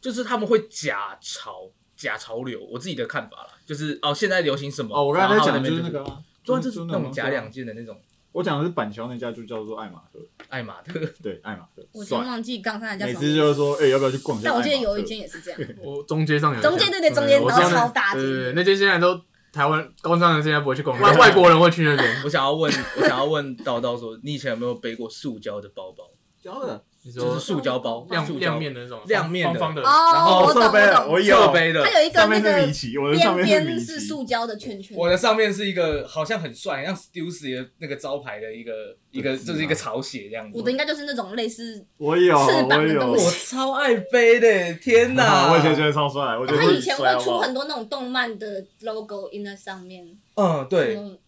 S4: 就是他们会假潮假潮流，我自己的看法啦，就是哦现在流行什么
S3: 哦，我刚才
S4: 然
S3: 在
S4: 后他
S3: 讲
S4: 们
S3: 的就是那
S4: 边
S3: 个啊，
S4: 对啊，就是
S3: 那
S4: 那种假两
S3: 两，
S4: 件的那种
S3: 我讲的是板桥那家就叫做爱马特，
S4: 爱马特，
S3: 对，爱马特，
S2: 我真
S3: 帅。
S2: 忘记刚才叫
S3: 每
S2: 什么
S3: 次
S2: 名字。
S3: 就是说，哎，要不要去逛一下？
S2: 但我记得有一，间也是这样，
S1: 我中街上有一家，
S2: 中间对对中间
S1: 我知道
S2: 然后
S1: 那
S2: 超大
S1: 对
S2: 间
S1: 对对，那间现在都台湾高山人现在不会去逛，外外国人会 去那边。
S4: 我想要问，我想要问道道说，你以前有没有背过塑胶的包包？
S3: 假的，
S1: 你
S4: 就
S1: 说
S4: 是塑胶包，
S1: 亮
S4: 塑胶
S1: 亮面的那种
S4: 亮面的
S1: 方方的，
S3: 然
S2: 哦，
S3: 后
S2: 我懂
S3: 设备
S2: 我
S3: 了，
S2: 懂
S3: 我有
S4: 侧杯的
S2: 它，有一个
S3: 上
S2: 那
S3: 面是米
S2: 个
S3: 奇，我的上
S2: 边
S3: 面
S2: 边
S3: 米奇
S2: 是，塑胶的圈圈，
S4: 我的上面是一个好像很帅，像 Stussy 的那个招牌的啊一个一个，
S3: 字吗
S4: 就是一个草写这样子。
S2: 我的应该就是那种类似，
S3: 我有
S2: 翅膀
S3: 我
S2: 的
S3: 有
S2: 东，
S4: 我
S2: 西
S4: 超爱背的，天哪！
S3: 我以前觉得超帅，我觉得
S2: 它以前
S3: 帅
S2: 会
S3: 到
S2: 出
S3: 爆
S2: 很多那种动漫的 logo in 在上面，
S4: 嗯，
S2: 那
S4: 对，
S2: 种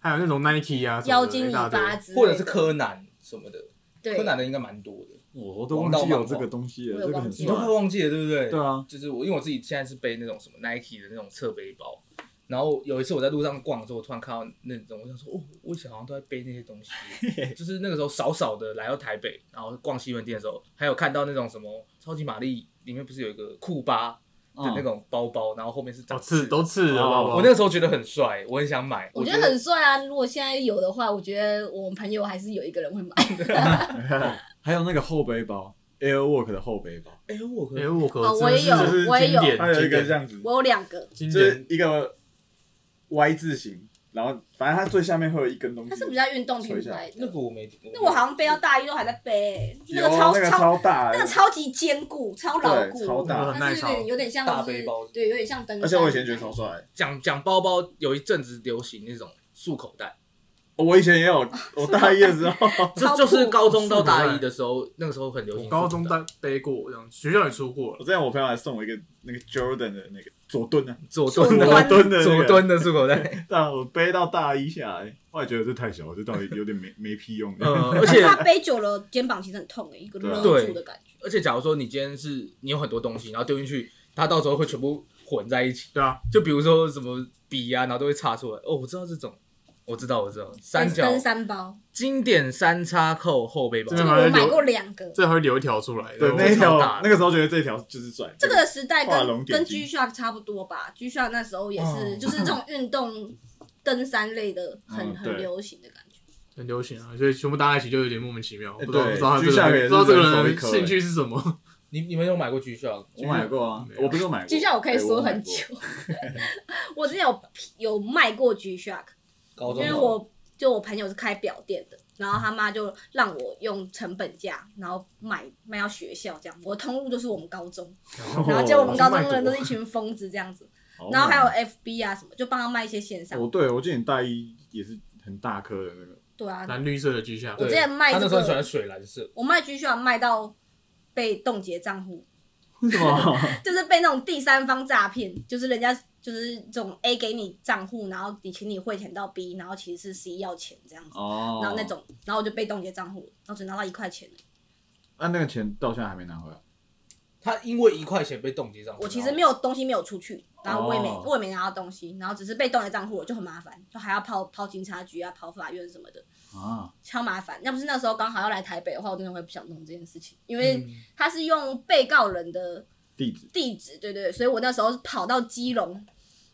S1: 还有那种 Nike 啊，什么的
S2: 妖精
S1: 一
S2: 尾
S1: 大堆
S2: 巴之类的，
S4: 或者是柯南什么的，
S2: 对
S4: 柯南的应该蛮多的，
S3: 我都忘记有这个东西了，
S2: 我有
S3: 这个
S2: 忘
S3: 很
S2: 记
S4: 你都快
S3: 帅。
S4: 忘记了，对不对？
S3: 对啊，
S4: 就是我，因为我自己现在是背那种什么 Nike 的那种侧背包，然后有一次我在路上逛的时候，我突然看到那种，我想说，哦，我以前好像都在背那 些东西，就是那个时候少少的来到台北，然后逛西门店的时候，还有看到那种什么超级玛丽里面不是有一个库巴的
S3: 嗯
S4: 那种包包，然后后面是
S1: 嗯哦，
S4: 长
S1: 刺
S4: 刺。
S1: 都刺了，
S3: 哦
S1: 好不好
S4: 我那个时候觉得很帅，我很想买，
S2: 我觉
S4: 觉
S2: 得很帅啊！如果现在有的话，我觉得我们朋友还是有一个人会买。
S3: 还有那个后背包，Airwork 的后背包，
S4: 哎呦，我可
S1: 哎，我可
S2: 哦我也有
S1: 这是
S2: 我也有
S1: 经典
S3: 它有一个
S1: 经
S3: 这
S1: 典
S3: 样子，
S2: 我有两个，
S1: 经
S3: 就是
S1: 典
S3: 一个 Y 字形，然后反正它最下面会有一根东西，
S2: 它是比较运动品牌
S4: 那
S2: 的。
S4: 个我没，
S2: 那我好像背到大一都还在背、那个
S3: 有
S2: 超
S3: 那个
S2: 超
S3: 超大
S2: 那
S3: 的
S2: 个，超级坚固、超牢固，
S3: 对超大
S2: 它是有点有点像
S4: 哦大
S2: 就
S4: 背
S2: 是
S4: 包
S2: 对，有点像登山。
S3: 而且我以前觉得超帅，
S4: 讲讲包包，有一阵子流行那种束口袋。
S3: 哦我以前 也有，我大一的时候，
S4: 这
S2: 超酷
S4: 就是高中到大一的时候，那个时候很流
S1: 我
S4: 行。
S1: 高中带背过，这样学校也出
S3: 我
S1: 过了，
S3: 之前我朋友还送我一个那个 Jordan 的那个左蹲啊，
S4: 左
S2: 左
S4: 蹲的
S2: 端
S3: 蹲的那个
S4: 左，蹲的束口 袋，
S3: 但我背到大一下来，后来觉得这太小，这到底有点没没屁用 的。
S4: 呃，而
S2: 而且
S4: 且
S2: 它背久了肩膀其实很痛欸诶、一个
S3: 对啊
S2: 勒住的感觉。
S4: 而且，假如说你今天是你有很多东西，然后丢进去，它到时候会全部混在一起。
S1: 对啊，
S4: 就比如说什么笔啊，然后都会擦出来。哦，我知道这种，我知道，我知道，三角
S2: 登山包，
S4: 经典三叉扣后背包
S1: 这
S2: 这
S1: 个
S2: 个
S1: 还
S2: 我
S1: 有
S2: 买过两个。
S1: 这还会留一条出来，
S3: 对，
S1: 然后
S3: 那一条
S4: 超大
S3: 那个时候觉得这条就是帅。
S2: 这个的时代
S3: 画
S2: 跟
S3: 龙
S2: 跟
S3: 点
S2: G
S3: 睛
S2: Shock 差不多吧，G Shock 那时候也是，
S4: 哦
S2: 就是这种运动登山类的很
S3: 嗯
S2: 很
S3: 对
S2: 流行的感觉。
S1: 很流行啊，所以全部搭在一起就有点莫名其妙，
S3: 哎
S1: 不知道不
S3: 对
S1: 知道他这
S3: 居下
S1: 个
S3: 也
S1: 人
S3: 是
S1: 不知道这个人
S3: 人手一
S1: 的
S3: 颗欸
S1: 兴趣是什么，
S4: 你你们有买过 G Shock？
S3: 我买过啊
S1: 没，有
S3: 我不是有买过
S2: G Shock 我可以说很久
S3: 哎，
S2: 我之前有有卖过 G Shock，
S4: 高
S2: 因
S4: 中
S2: 为我就我朋友是开表店的，然后他妈就让我用成本价，然后买卖到学校这样。我的通路就是我们高中，
S1: 然
S3: 哦
S2: 然后结果我们高中的人
S1: 卖
S2: 都
S1: 国
S2: 是一群疯子这样子，
S3: 我买过
S2: 然后还有 FB 啊什么，就帮他卖一些线上。
S3: 哦，对，我记得你大一也是很大颗的那个，
S2: 对啊，
S1: 蓝绿色的巨下
S2: 我
S4: 对
S2: 之前卖
S4: 他
S2: 这
S4: 那
S2: 个
S4: 时候很喜欢水蓝色，
S2: 我卖 G Shock 卖到被冻结账户，
S3: 为什么？
S2: 就是被那种第三方诈骗，就是人家就是这种 A 给你账户，然后你请你汇钱到 B，然后其实是 C 要钱这样子，
S3: 哦，
S2: 然后那，种，然后我就被冻结账户，然后只拿到一块钱。
S3: 那那个钱到现在还没拿回来。
S4: 他因为一块钱被冻结上。
S2: 我其实没有东西没有出去，然后我也没、
S3: 哦
S2: 我也没拿到东西，然后只是被冻结账户，我就很麻烦，就还要跑跑警察局啊，跑法院什么的，
S3: 啊，
S2: 超麻烦。要不是那时候刚好要来台北的话，我真的会不想弄这件事情，因
S3: 嗯
S4: 嗯
S2: 为他是用被告人的
S3: 地址
S2: 地址，对对对，所以我那时候是跑到基隆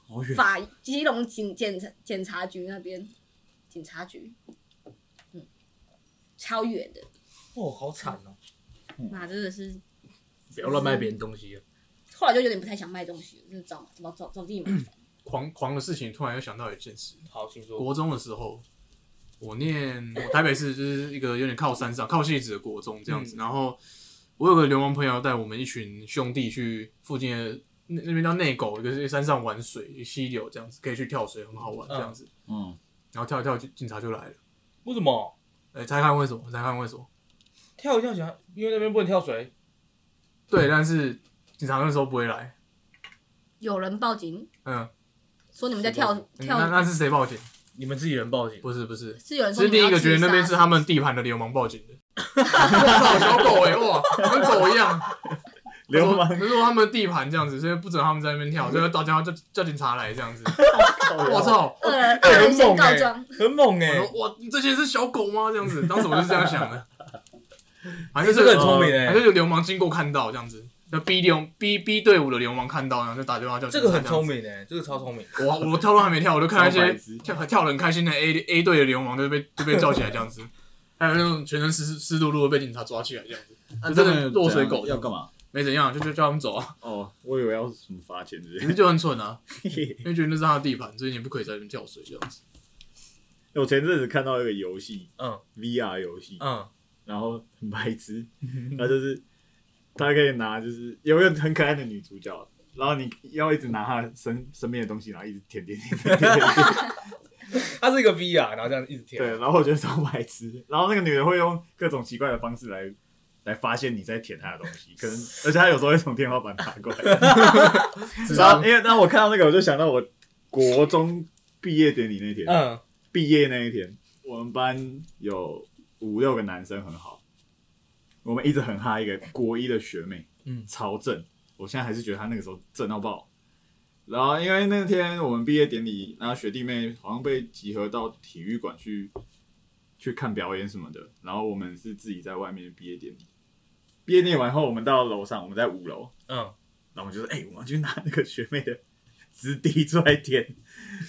S3: 好远，
S2: 法基隆警检察检察局那边，警察局，嗯，超远的，
S4: 哦，好惨哦！
S2: 妈真的是，
S4: 不要乱卖别人东西啊。
S2: 后来就有点不太想卖东西了，就是找找找找自己麻烦。
S1: 狂狂的事情，突然又想到一件事，
S4: 好，请说。
S1: 国中的时候，我念我台北市就是一个有点靠山上、靠戏子的国中这样子。然后我有个流氓朋友带我们一群兄弟去附近的那那边叫内沟，一个是山上玩水溪流这样子，可以去跳水，很好玩这样子。
S3: 嗯，
S1: 然后跳一跳，就警察就来了。
S4: 为什么
S1: 哎、猜看为什么？猜看为什么？
S4: 跳一跳想？因为那边不能跳水。
S1: 对，但是警察那时候不会来。
S2: 有人报警
S1: 嗯，
S2: 说你们在跳
S1: 嗯
S2: 跳
S1: 那那是谁报警？
S4: 你们自己人报警。
S1: 不是不是，
S2: 是有人说
S1: 是
S2: 你
S1: 第
S2: 们
S1: 一
S2: 要
S1: 个觉得
S2: 自
S1: 那边
S2: 杀
S1: 是他们地盘的流氓报警的。 哇，小狗哎、哇，跟狗一样。
S3: 流氓
S1: 可是他们的地盘这样子，所以不准他们在那边 跳，所以大家叫叫警察来这样子。我操！
S2: 恶人恶人先告
S4: 欸
S2: 状，
S4: 很猛哎、
S1: 我说哇，你这些是小狗吗？这样 子，当时我就是这样想的。反正
S4: 这个很聪明欸
S1: 哎，反正有流氓经过看到这样子，那 B 流 B B 队伍的流氓看到，然后就打电话叫警察
S4: 这个很
S1: 样
S4: 聪
S1: 子。
S4: 明哎、这个超聪明。
S1: 我我跳都还没跳，我就看那
S3: 超
S1: 些
S3: 白痴
S1: 跳跳得很开心的 A A 队的流氓就被就被叫起来这样子，还有那种全身湿湿漉漉的被警察抓起来这样子，
S2: 啊
S3: 那
S1: 真的
S3: 他们
S1: 落
S3: 怎样
S1: 水狗
S3: 要干嘛？
S1: 没怎样，就就叫他们走啊，
S3: 哦，我以为要什么罚钱之类
S1: 你
S3: 的。
S1: 们就很蠢啊，因为觉得那是他的地盘，所以你不可以在那边跳水这样子。
S3: 我前阵子看到一个游戏
S4: 嗯
S3: ，VR 游戏，
S4: 嗯，
S3: 然后很白痴，他就是他可以拿，就是有一个很可爱的女主角，然后你要一直拿她身身边的东西，然后一直舔舔舔舔舔，舔
S4: 它是一个 V 啊，然后这样一直舔。
S3: 对，然后我觉得超白痴，然后那个女的会用各种奇怪的方式来。来发现你在舔她的东西，可能而且她有时候会从天花板爬过来，然
S1: 智商
S3: 后因为当我看到那个，我就想到我国中毕业典礼那天，
S4: 嗯，
S3: 毕业那一天，我们班有五六个男生很好，我们一直很哈一个国一的学妹，
S4: 嗯
S3: 超正，我现在还是觉得她那个时候正到爆。然后因为那天我们毕业典礼，然后学弟妹好像被集合到体育馆去去看表演什么的，然后我们是自己在外面毕业典礼。毕业典礼完后，我们到楼上，我们在五楼，
S4: 嗯，
S3: 然后我们就说，哎、我们去拿那个学妹的纸滴出来舔，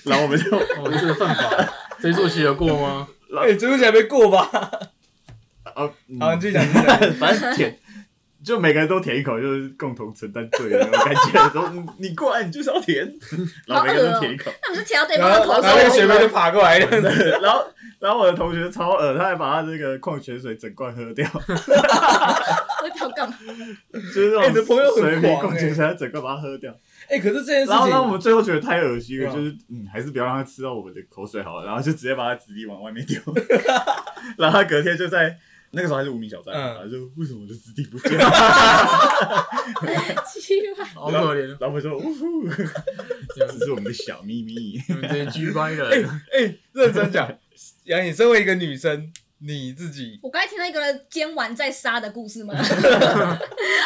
S3: 然后我们就
S1: 哦，这个犯法， 这一做洗得过吗？
S4: 哎、追不起来没过吧？
S3: 呃，嗯
S4: 好，你继续讲，继续讲。
S2: 哎
S3: 反正舔，就每个人都舔一口，就是共同承担罪的那种感觉。说嗯你过来，你就是要舔，然后每个人都舔一口，
S2: 那不是舔到对方
S4: 然
S2: 的
S4: 后，
S2: 口
S4: 然后那个
S2: 水？
S4: 学妹就爬过来，这 样子
S3: 然后然后我的同学超恶，他还把他那个矿泉水整罐喝掉，
S2: 我不知道干嘛？
S3: 就是
S4: 哎
S3: 那
S4: 你的
S3: 种
S4: 朋友很
S3: 水瓶
S4: 狂
S3: 矿泉
S4: 哎
S3: 水，他整罐把它喝掉。
S4: 哎、可是这件事
S3: 然后
S4: 情，
S3: 呢，我们最后觉得太恶心了，
S4: 对啊
S3: 就是嗯，还是不要让他吃到我们的口水好了，然后就直接把他纸粒往外面 丢，然后他隔天就在。那个时候还是无名小站，
S4: 嗯
S3: 然后就为什么我的纸粒不见了？
S2: 奇怪
S1: 好 可怜，啊
S3: 然后我说，呜呼，这只是我们的小秘密。
S1: 你们这些 G 掰的
S4: 哎
S1: 人，
S4: 哎、认真讲， 杨，你身为一个女生，你自己
S2: 我刚才听到一个煎完再杀的故事吗？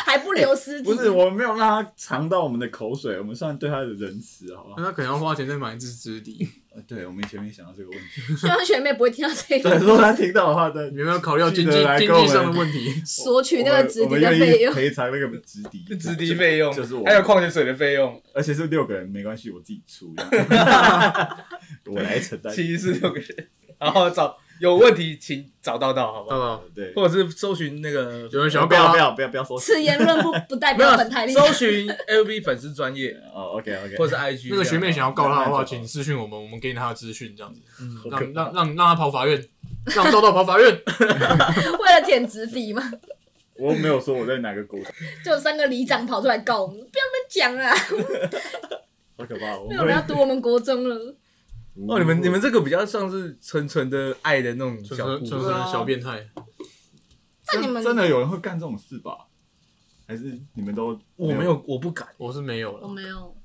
S2: 还不留尸体？
S3: 不是，我们没有让他尝到我们的口水，我们算对他的仁慈，好不好？
S1: 那他可能要花钱再买一支纸笛。
S3: 呃对，我们前面想到这个问题，
S2: 希望学妹不会听到这
S3: 对，
S2: 个，
S3: 如果他听到的话，对，
S1: 你们要考虑到经济
S3: 记得来
S1: 经
S3: 跟我
S1: 济
S3: 们
S1: 上的问题。
S2: 索取那个纸
S3: 我
S2: 笛
S3: 们
S2: 的
S3: 愿
S2: 费
S3: 意
S2: 用。
S3: 赔偿那个直敌，
S4: 直敌费用，
S3: 就是我
S4: 还有矿泉水的费用，
S3: 而且是六个人，没关系，我自己出，我来承担。
S4: 其实是六个人，然后找有问题请找道道，好不
S1: 大
S4: 好？
S1: 佬，
S3: 对，
S4: 或者是搜寻那个
S1: 有人想要
S3: 不要
S1: 告
S3: 不
S1: 他，
S3: 要不要不要说
S2: 此言论不不代
S4: 没有啊
S2: 表本台立场
S4: 搜。寻 LV 粉丝专业
S3: 哦，OK OK，
S4: 或者是 IG
S1: 那个学妹想要告他的话，
S3: 这样
S1: 请私讯我们，我们给你他的资讯，这样子，
S3: 好可
S1: 让
S3: 怕
S1: 让让让他跑法院，让豆豆跑法院。
S2: 为了舔纸笛嘛，
S3: 我没有说我在哪个国，
S2: 就有三个里长跑出来告我们，不要乱讲啊！
S3: 好可怕，我
S2: 没
S3: 们
S2: 有人要
S3: 会
S2: 读我们国中了。
S3: 啊
S4: 哦，你
S3: 嗯
S4: 们你们这个比较像是纯纯的爱的那种
S1: 纯
S4: 小啊故
S1: 纯
S4: 事
S1: 纯纯的小变态，
S2: 那你们
S3: 真的有人会干这种事吧？还是你们都
S4: 我没有，我不敢。
S1: 我是没有
S2: 我
S1: 了。
S2: 没有，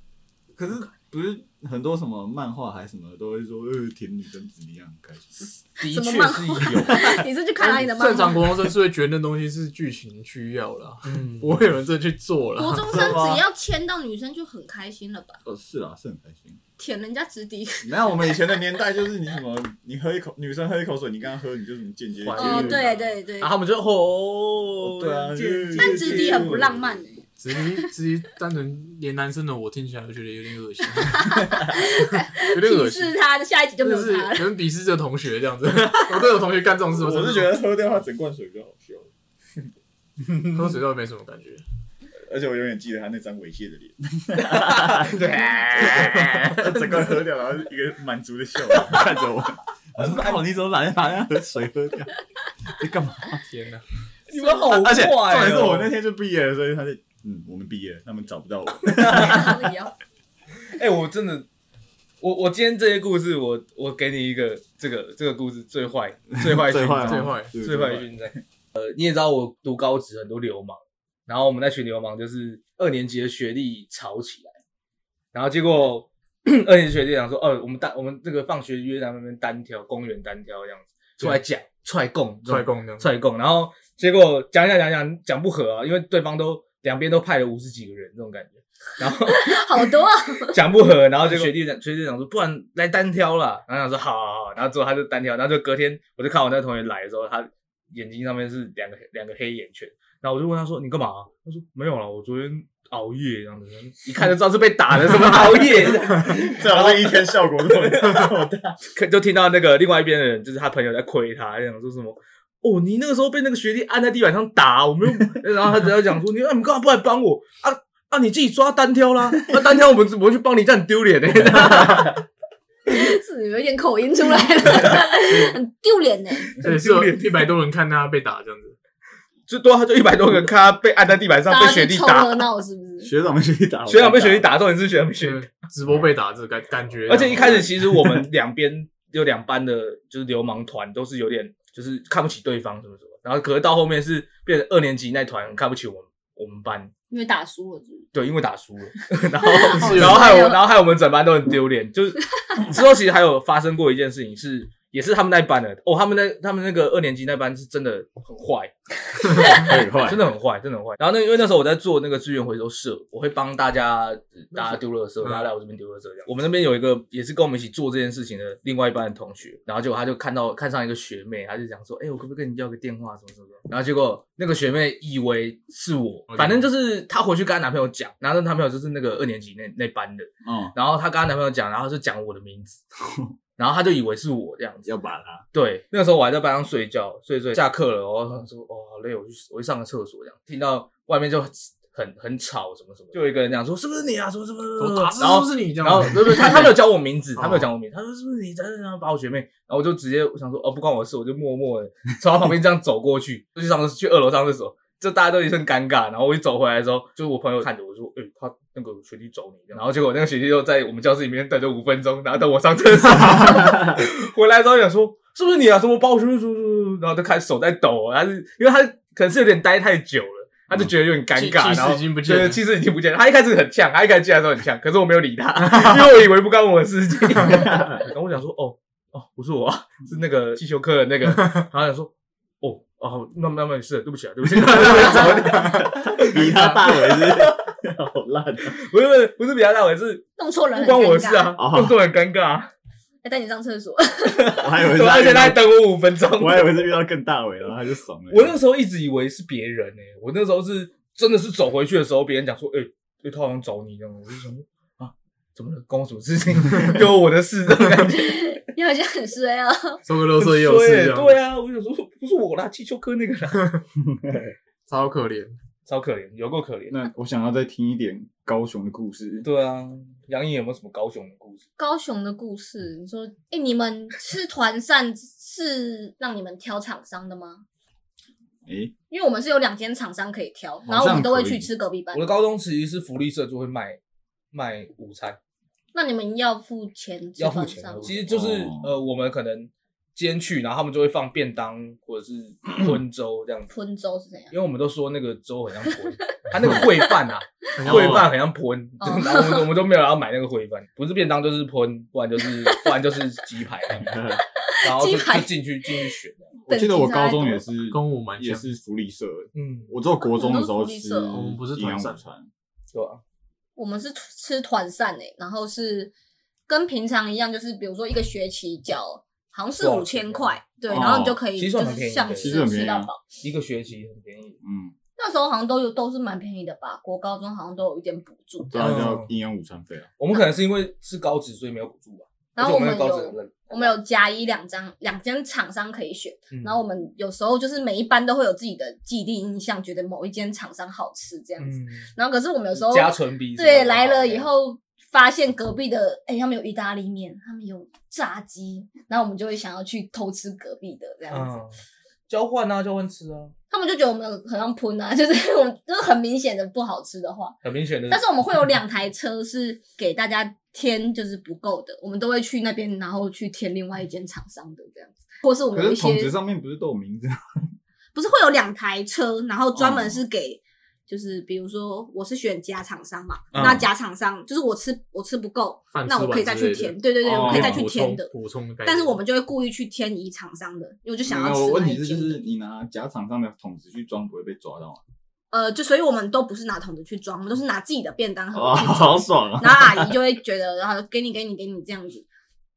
S3: 可是不是很多什么漫画还是什么都会说，呃，舔女跟子一样很开心。
S4: 的
S2: 什么
S4: 确
S2: 漫
S4: 是有，
S2: 你是去看哪里的漫
S1: 正常
S2: 画？
S1: 国中生是会觉得那东西是剧情需要啦，
S4: 嗯，
S1: 不会有人真的去 做
S2: 国
S1: 啦。
S2: 中生只要牵到女生就很开心了吧？
S3: 哦，是啦，是很开心。
S2: 舔人家纸笛，
S3: 没有，我们以前的年代就是你什么， 你喝一口，女生喝一口水，你跟她喝，你就什么间接
S4: 怀
S3: 接
S4: 孕
S2: 哦，
S3: 触
S2: 对对对
S4: 然，啊后他们就哦，
S3: 对啊
S4: 见
S2: 但纸笛很不浪漫欸
S1: 直接直接单纯连男生的我听起来就觉得有点恶 心，有点恶
S2: 鄙
S1: 心。
S2: 视他，下一集就没
S1: 就
S2: 有
S1: 是
S2: 他了。
S1: 可能鄙视这同学这样子，我都有同学干这种事，
S3: 我是觉得喝掉她整罐水比较好笑，
S1: 得喝水倒没什么感觉。
S3: 而且我永远记得她那张猥亵的 脸，
S4: 对，
S3: 她整罐喝掉，然后一个满足的笑容看着我。我说：“靠，你怎么把那把那的水喝掉？ 你干嘛
S1: 天哪！
S4: 你们好坏哦，
S3: 而且重点是我那天就毕业了，所以他就嗯，我们毕业了，他们找不到我。
S2: 他也要
S4: 哎、我真的，我我今天这些故事，我我给你一个这个这个故事最坏最坏
S3: 最
S4: 勋
S3: 坏啊
S4: 章，
S1: 最坏
S3: 对
S4: 最坏勋章。呃，你也知道我读高职很多流氓，然后我们那群流氓就是二年级的学弟吵起来，然后结果 二年级学弟讲说，哦，我们单我们这个放学约在那边单挑，公园单挑这样子，出来讲踹供
S1: 踹供这样，
S4: 踹供，然后结果讲一讲讲一讲讲不合啊，因为对方都两边都派了五十几个人这种感觉，然后。
S2: 好多啊，
S4: 讲不合，然后就学弟长学弟长说，不然来单挑啦。然后想说好好好，然后之后他就单挑，然后就隔天我就看我那同学来的时候，他眼睛上面是两个两个黑眼圈，然后我就问他说你干嘛、他说没有啦，我昨天熬夜这样子，一看就知道是被打的，什么熬夜，
S3: 最好那一天效果那么那么大。
S4: 可就听到那个另外一边的人，就是他朋友在亏他，想说什么。哦，你那个时候被那个学弟按在地板上打，我没有，然后他只要讲说，你啊，你干嘛不来帮我啊？欸啊，你自己抓单挑啦，那、单挑我们我们去帮你，这样很丢脸的、
S2: 是有一点口音出来 了，很丢脸呢。
S1: 所以是有一百多人看他被打这样子。
S4: 最多他就一百多个人看他被按在地板
S2: 嗯
S4: 上，
S2: 大
S4: 被
S2: 家去
S4: 雪地
S2: 凑
S4: 打
S2: 热，闹是不是？
S3: 学长被学弟打，
S4: 学长被雪地，打，重点是学长被雪地
S1: 就是直播被打这个感感觉，
S4: 而且一开始其实我们两边有两班的，就是流氓团都是有点就是看不起对方什么什么，然后可是到后面是变成二年级那团看不起我们我们班，
S2: 因为打输了是不是，
S4: 对，因为打输了， 然后
S1: 是有
S4: 然后害
S2: 有
S4: 我然后害我们整班都很丢脸，就是之后其实还有发生过一件事情是。也是他们那一班的哦，他们那他们那个二年级那班是真的很坏，
S3: 很
S4: 真
S3: 快，
S4: 的很坏，真的很坏。然后那因为那时候我在做那个资源回收社，我会帮大家呃大家丢垃圾，
S1: 嗯
S4: 大家来我这边丢垃圾这样。我们那边有一个也是跟我们一起做这件事情的另外一班的同学，然后结果他就看到看上一个学妹，他就讲说：“哎、我可不可以跟你要个电话什么什么的？”然后结果那个学妹以为是我，
S1: 哦
S4: 反正就是她回去跟她男朋友讲，然后那男朋友就是那个二年级那那班的，
S3: 嗯，
S4: 然后她跟她男朋友讲，然后就讲我的名 字，然后她就以为是我这样子。
S3: 要把他，
S4: 对，那时候我还在班上睡觉，睡一睡下课了，我想说哦好累，我去我去上个厕所，这样听到外面就很很吵什么什么，就有一个人讲说是不是你啊，什么什么什
S1: 我
S4: 么，
S1: 打
S4: 然
S1: 是不
S4: 后
S1: 是你这
S4: 然后
S1: 样子？
S4: 对对，啊 他他没有叫我名字，
S1: 哦
S4: 他没有讲我名字，他说是不是你在这样把我学妹，然后我就直接我想说哦不关我的事，我就默默的从他旁边这样走过去，就去上去二楼上厕所。就大家都一阵尴尬，然后我一走回来的时候，就是我朋友看着我说：“哎、他那个学弟找你。”这样然后结果那个学弟就在我们教室里面等了五分钟，然后等我上 厕所。 回来之后想说是不是你啊？什么把我什么什么什么，然后就开始手在抖，啊他是因为他可能是有点待太久了，他就觉得有点尴尬，
S1: 嗯气气势
S4: 然后
S1: 已经不见了
S4: 对气势已经不见了。他一开始很呛，他一开始进来的时候很呛，可是我没有 理他，因为我以为不干我的事情。然后我想说哦哦不是我、啊，是那个汽修科的那个，然后想说。哦哦，那那没事，对不起啊，对不 起，然后就走掉
S3: 比他大我是，好烂啊，
S4: 不是不是不是比较大伟，是
S2: 弄错人
S4: 不
S2: 很
S4: 关我的
S2: 尴尬
S4: 事，啊，
S3: 哦
S4: 动作很尴尬啊，
S2: 还带你上厕所，
S3: 我还以为是
S4: 对
S3: 他
S4: 而且
S3: 遇
S4: 他还
S3: 到，
S4: 等我五分钟，
S3: 我还以为是遇到更大尾，然后他就怂了。
S4: 我那时候一直以为是别人呢、我那时候是真的是走回去的时候，别人讲说，哎、欸，他好像找你这样，我就想说啊，怎么了？关我什么事情？ 有我的事这种感觉，
S2: 你好像很衰啊。
S1: 收个垃圾也有事
S4: 对
S1: 这样，
S4: 对啊，我就想说不是我啦，汽修科那个啦，
S1: 超可怜。
S4: 超可怜，有够可怜。
S3: 那我想要再听一点高雄的故 事，
S4: 对啊，杨颖有没有什么高雄的故事？
S2: 高雄的故事，你说，哎、你们吃团扇是让你们挑厂商的吗？
S3: 诶，
S2: 因为我们是有两间厂商可以挑，
S3: 像
S2: 然后我们都会
S3: 可以
S2: 去吃隔壁班
S4: 我。的高中其实是福利社就会卖卖午餐，
S2: 那你们要付钱吃
S4: 要付
S2: 团
S4: 钱
S2: 扇
S4: 的
S2: 吗？。
S4: 其实就是、
S3: 哦
S4: 呃，我们可能今天去，然后他们就会放便当或者是 荤粥这样子。
S2: 昆州是怎样
S4: 因？为我们都说那个粥 很像荤，它那个烩饭 啊，
S1: 很像
S4: 烩饭很像荤，
S2: 哦
S4: 就是然后我们我们都没有要买那个烩饭，不是便当就是荤，不然就是不然就是鸡排， 然后就
S2: 鸡排
S4: 就进去进去选的，
S3: 我记得我高中也是，
S1: 跟我蛮
S3: 也
S1: 像，
S3: 是福利社的，
S4: 嗯，
S3: 我只有国中的时候
S2: 我们都是福利
S3: 吃
S2: 社哦
S1: 我们不是
S3: 营养
S1: 团
S3: 午
S1: 膳
S3: 餐，
S4: 对啊吧？
S2: 我们是吃团扇诶、然后是跟平常一样，就是比如说一个学期缴好像是
S4: 多少
S2: 五
S4: 钱啊
S2: 千块，对，
S3: 哦
S2: 然后你就可以
S4: 其实
S2: 就
S4: 算蛮
S2: 是
S4: 便宜的欸
S2: 像
S4: 其
S2: 吃
S3: 实很便
S2: 吃
S3: 宜啊
S2: 到饱。
S4: 一个学期很便宜，
S3: 嗯，
S2: 那时候好像都有都是蛮便宜的吧，国高中好像都有一点补助这
S3: 对
S2: 样。
S3: 啊，叫营养午餐费啊，
S4: 我们可能是因为是高职所以没有补助啊吧，
S2: 然后我
S4: 而且
S2: 们
S4: 那个高职
S2: 有
S4: 很冷，
S2: 我们有加一两张两间厂商可以选，
S4: 嗯
S2: 然后我们有时候就是每一班都会有自己的既定印象，觉得某一间厂商好吃这样子。
S4: 嗯
S2: 然后可是我们有时候
S4: 加纯比
S2: 对来了以，后，发现隔壁的哎、他们有意大利面，他们有炸鸡，然后我们就会想要去偷吃隔壁的这样子。
S4: 嗯，交换啊，交换吃啊，
S2: 他们就觉得我们很像喷啊， 就是我们就是很明显的不好吃的话，
S4: 很明显的，
S2: 但是我们会有两台车是给大家添，就是不够的，我们都会去那边，然后去添另外一间厂商的这样子，或是我
S3: 可
S2: 们有一
S3: 是
S2: 些
S3: 桶子上面不是都有名字？
S2: 不是会有两台车，然后专门是给，就是比如说我是选甲厂商嘛，
S4: 嗯
S2: 那甲厂商就是我吃我吃不够，
S1: 饭吃
S2: 那
S1: 完
S2: 我可以再
S1: 之
S2: 去
S1: 类的
S2: 填，对对对，
S3: 哦
S2: 我可以再去
S1: 补
S2: 填
S1: 充
S2: 的。
S1: 补充的概念。
S2: 但是我们就会故意去添乙厂商的，因为我就想要
S3: 没
S2: 吃
S3: 有，问
S2: 那
S3: 题
S2: 一
S3: 是就
S2: 间的
S3: 是你拿假厂商的桶子去装，不会被抓到啊。
S2: 呃，就所以我们都不是拿桶子去装，我们都是拿自己的便当盒
S3: 哦，
S2: 去装。
S3: 好爽 啊！
S2: 然后阿姨就会觉得，然后给你给你给你这样子，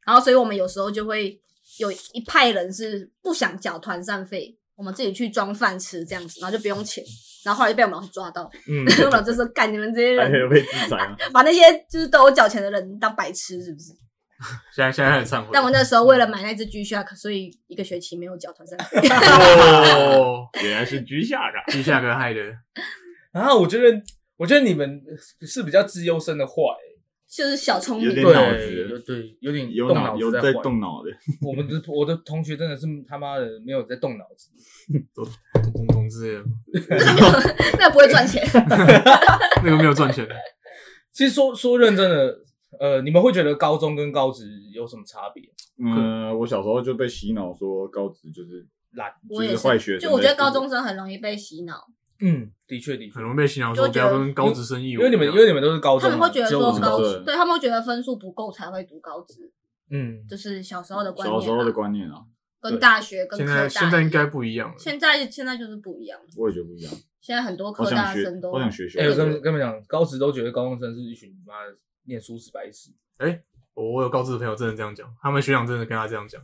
S2: 然后所以我们有时候就会有一派人是不想缴团膳费，我们自己去装饭吃这样子，然后就不用钱，然后后来就被我们老师抓到，
S4: 嗯，
S2: 然后老师说干你们这些
S3: 还
S2: 人，
S3: 有被制裁啊！
S2: 把那些就是都有缴钱的人当白痴是不是？
S1: 现在现在很忏悔。
S2: 但我那时候为
S3: 嗯
S2: 了买那只 G Shock，所以一个学期没有缴团膳费。
S1: 哦，
S3: 原来是居下的，
S1: 地下哥害的，
S4: 啊，我觉得，我觉得你们是比较自优生的坏、
S2: 就是小聪
S3: 有
S2: 明，
S3: 点脑子
S4: 对有对，有 点
S3: 有
S4: 动
S3: 脑
S4: 子
S3: 有
S4: 在
S3: 在
S4: 玩
S3: 动脑的，
S4: 我们的我的同学真的是他妈的没有在动脑子，
S1: 工工之类的，
S2: 那不会 赚钱。
S1: 那个没有赚钱。
S4: 其实说说认真的，呃，你们会觉得高中跟高职有什么差别？
S3: 嗯，我小时候就被洗脑说高职就是
S4: 懒，
S2: 我也
S3: 就是坏学生
S2: 就我觉得
S3: 在做
S2: 高中生很容易被洗脑，
S4: 嗯，的确的确
S1: 很，容易被洗脑说不
S2: 就觉得
S1: 要跟高职生意，
S4: 因为你们因为你们都是高
S2: 他
S4: 中
S2: 们
S4: 嘛，
S2: 会觉
S3: 啊
S2: 得
S4: 只有
S2: 说
S4: 我是
S2: 高
S4: 高
S3: 中
S2: 职，对他们会觉得分数不够才会读高职，
S4: 嗯，
S2: 就是小时候的观
S3: 小时
S2: 念
S3: 候的
S2: 啊，
S3: 观念啊，
S2: 跟大学跟
S1: 现
S2: 科
S1: 在
S2: 大
S1: 现在应该
S2: 一样
S1: 不一样了。
S2: 现在现在就是不一样了，
S3: 我也觉得不一样。
S2: 现在很多
S3: 我
S2: 科
S3: 想
S2: 大
S3: 学
S2: 生，都
S3: 我想学学
S4: 哎、我
S3: 这
S4: 跟
S3: 个。
S4: 跟你们讲，高职都觉得高中生是一群妈的念书死白痴，
S1: 我我有高职的朋友真的这样讲，他们学长真的跟他这样讲，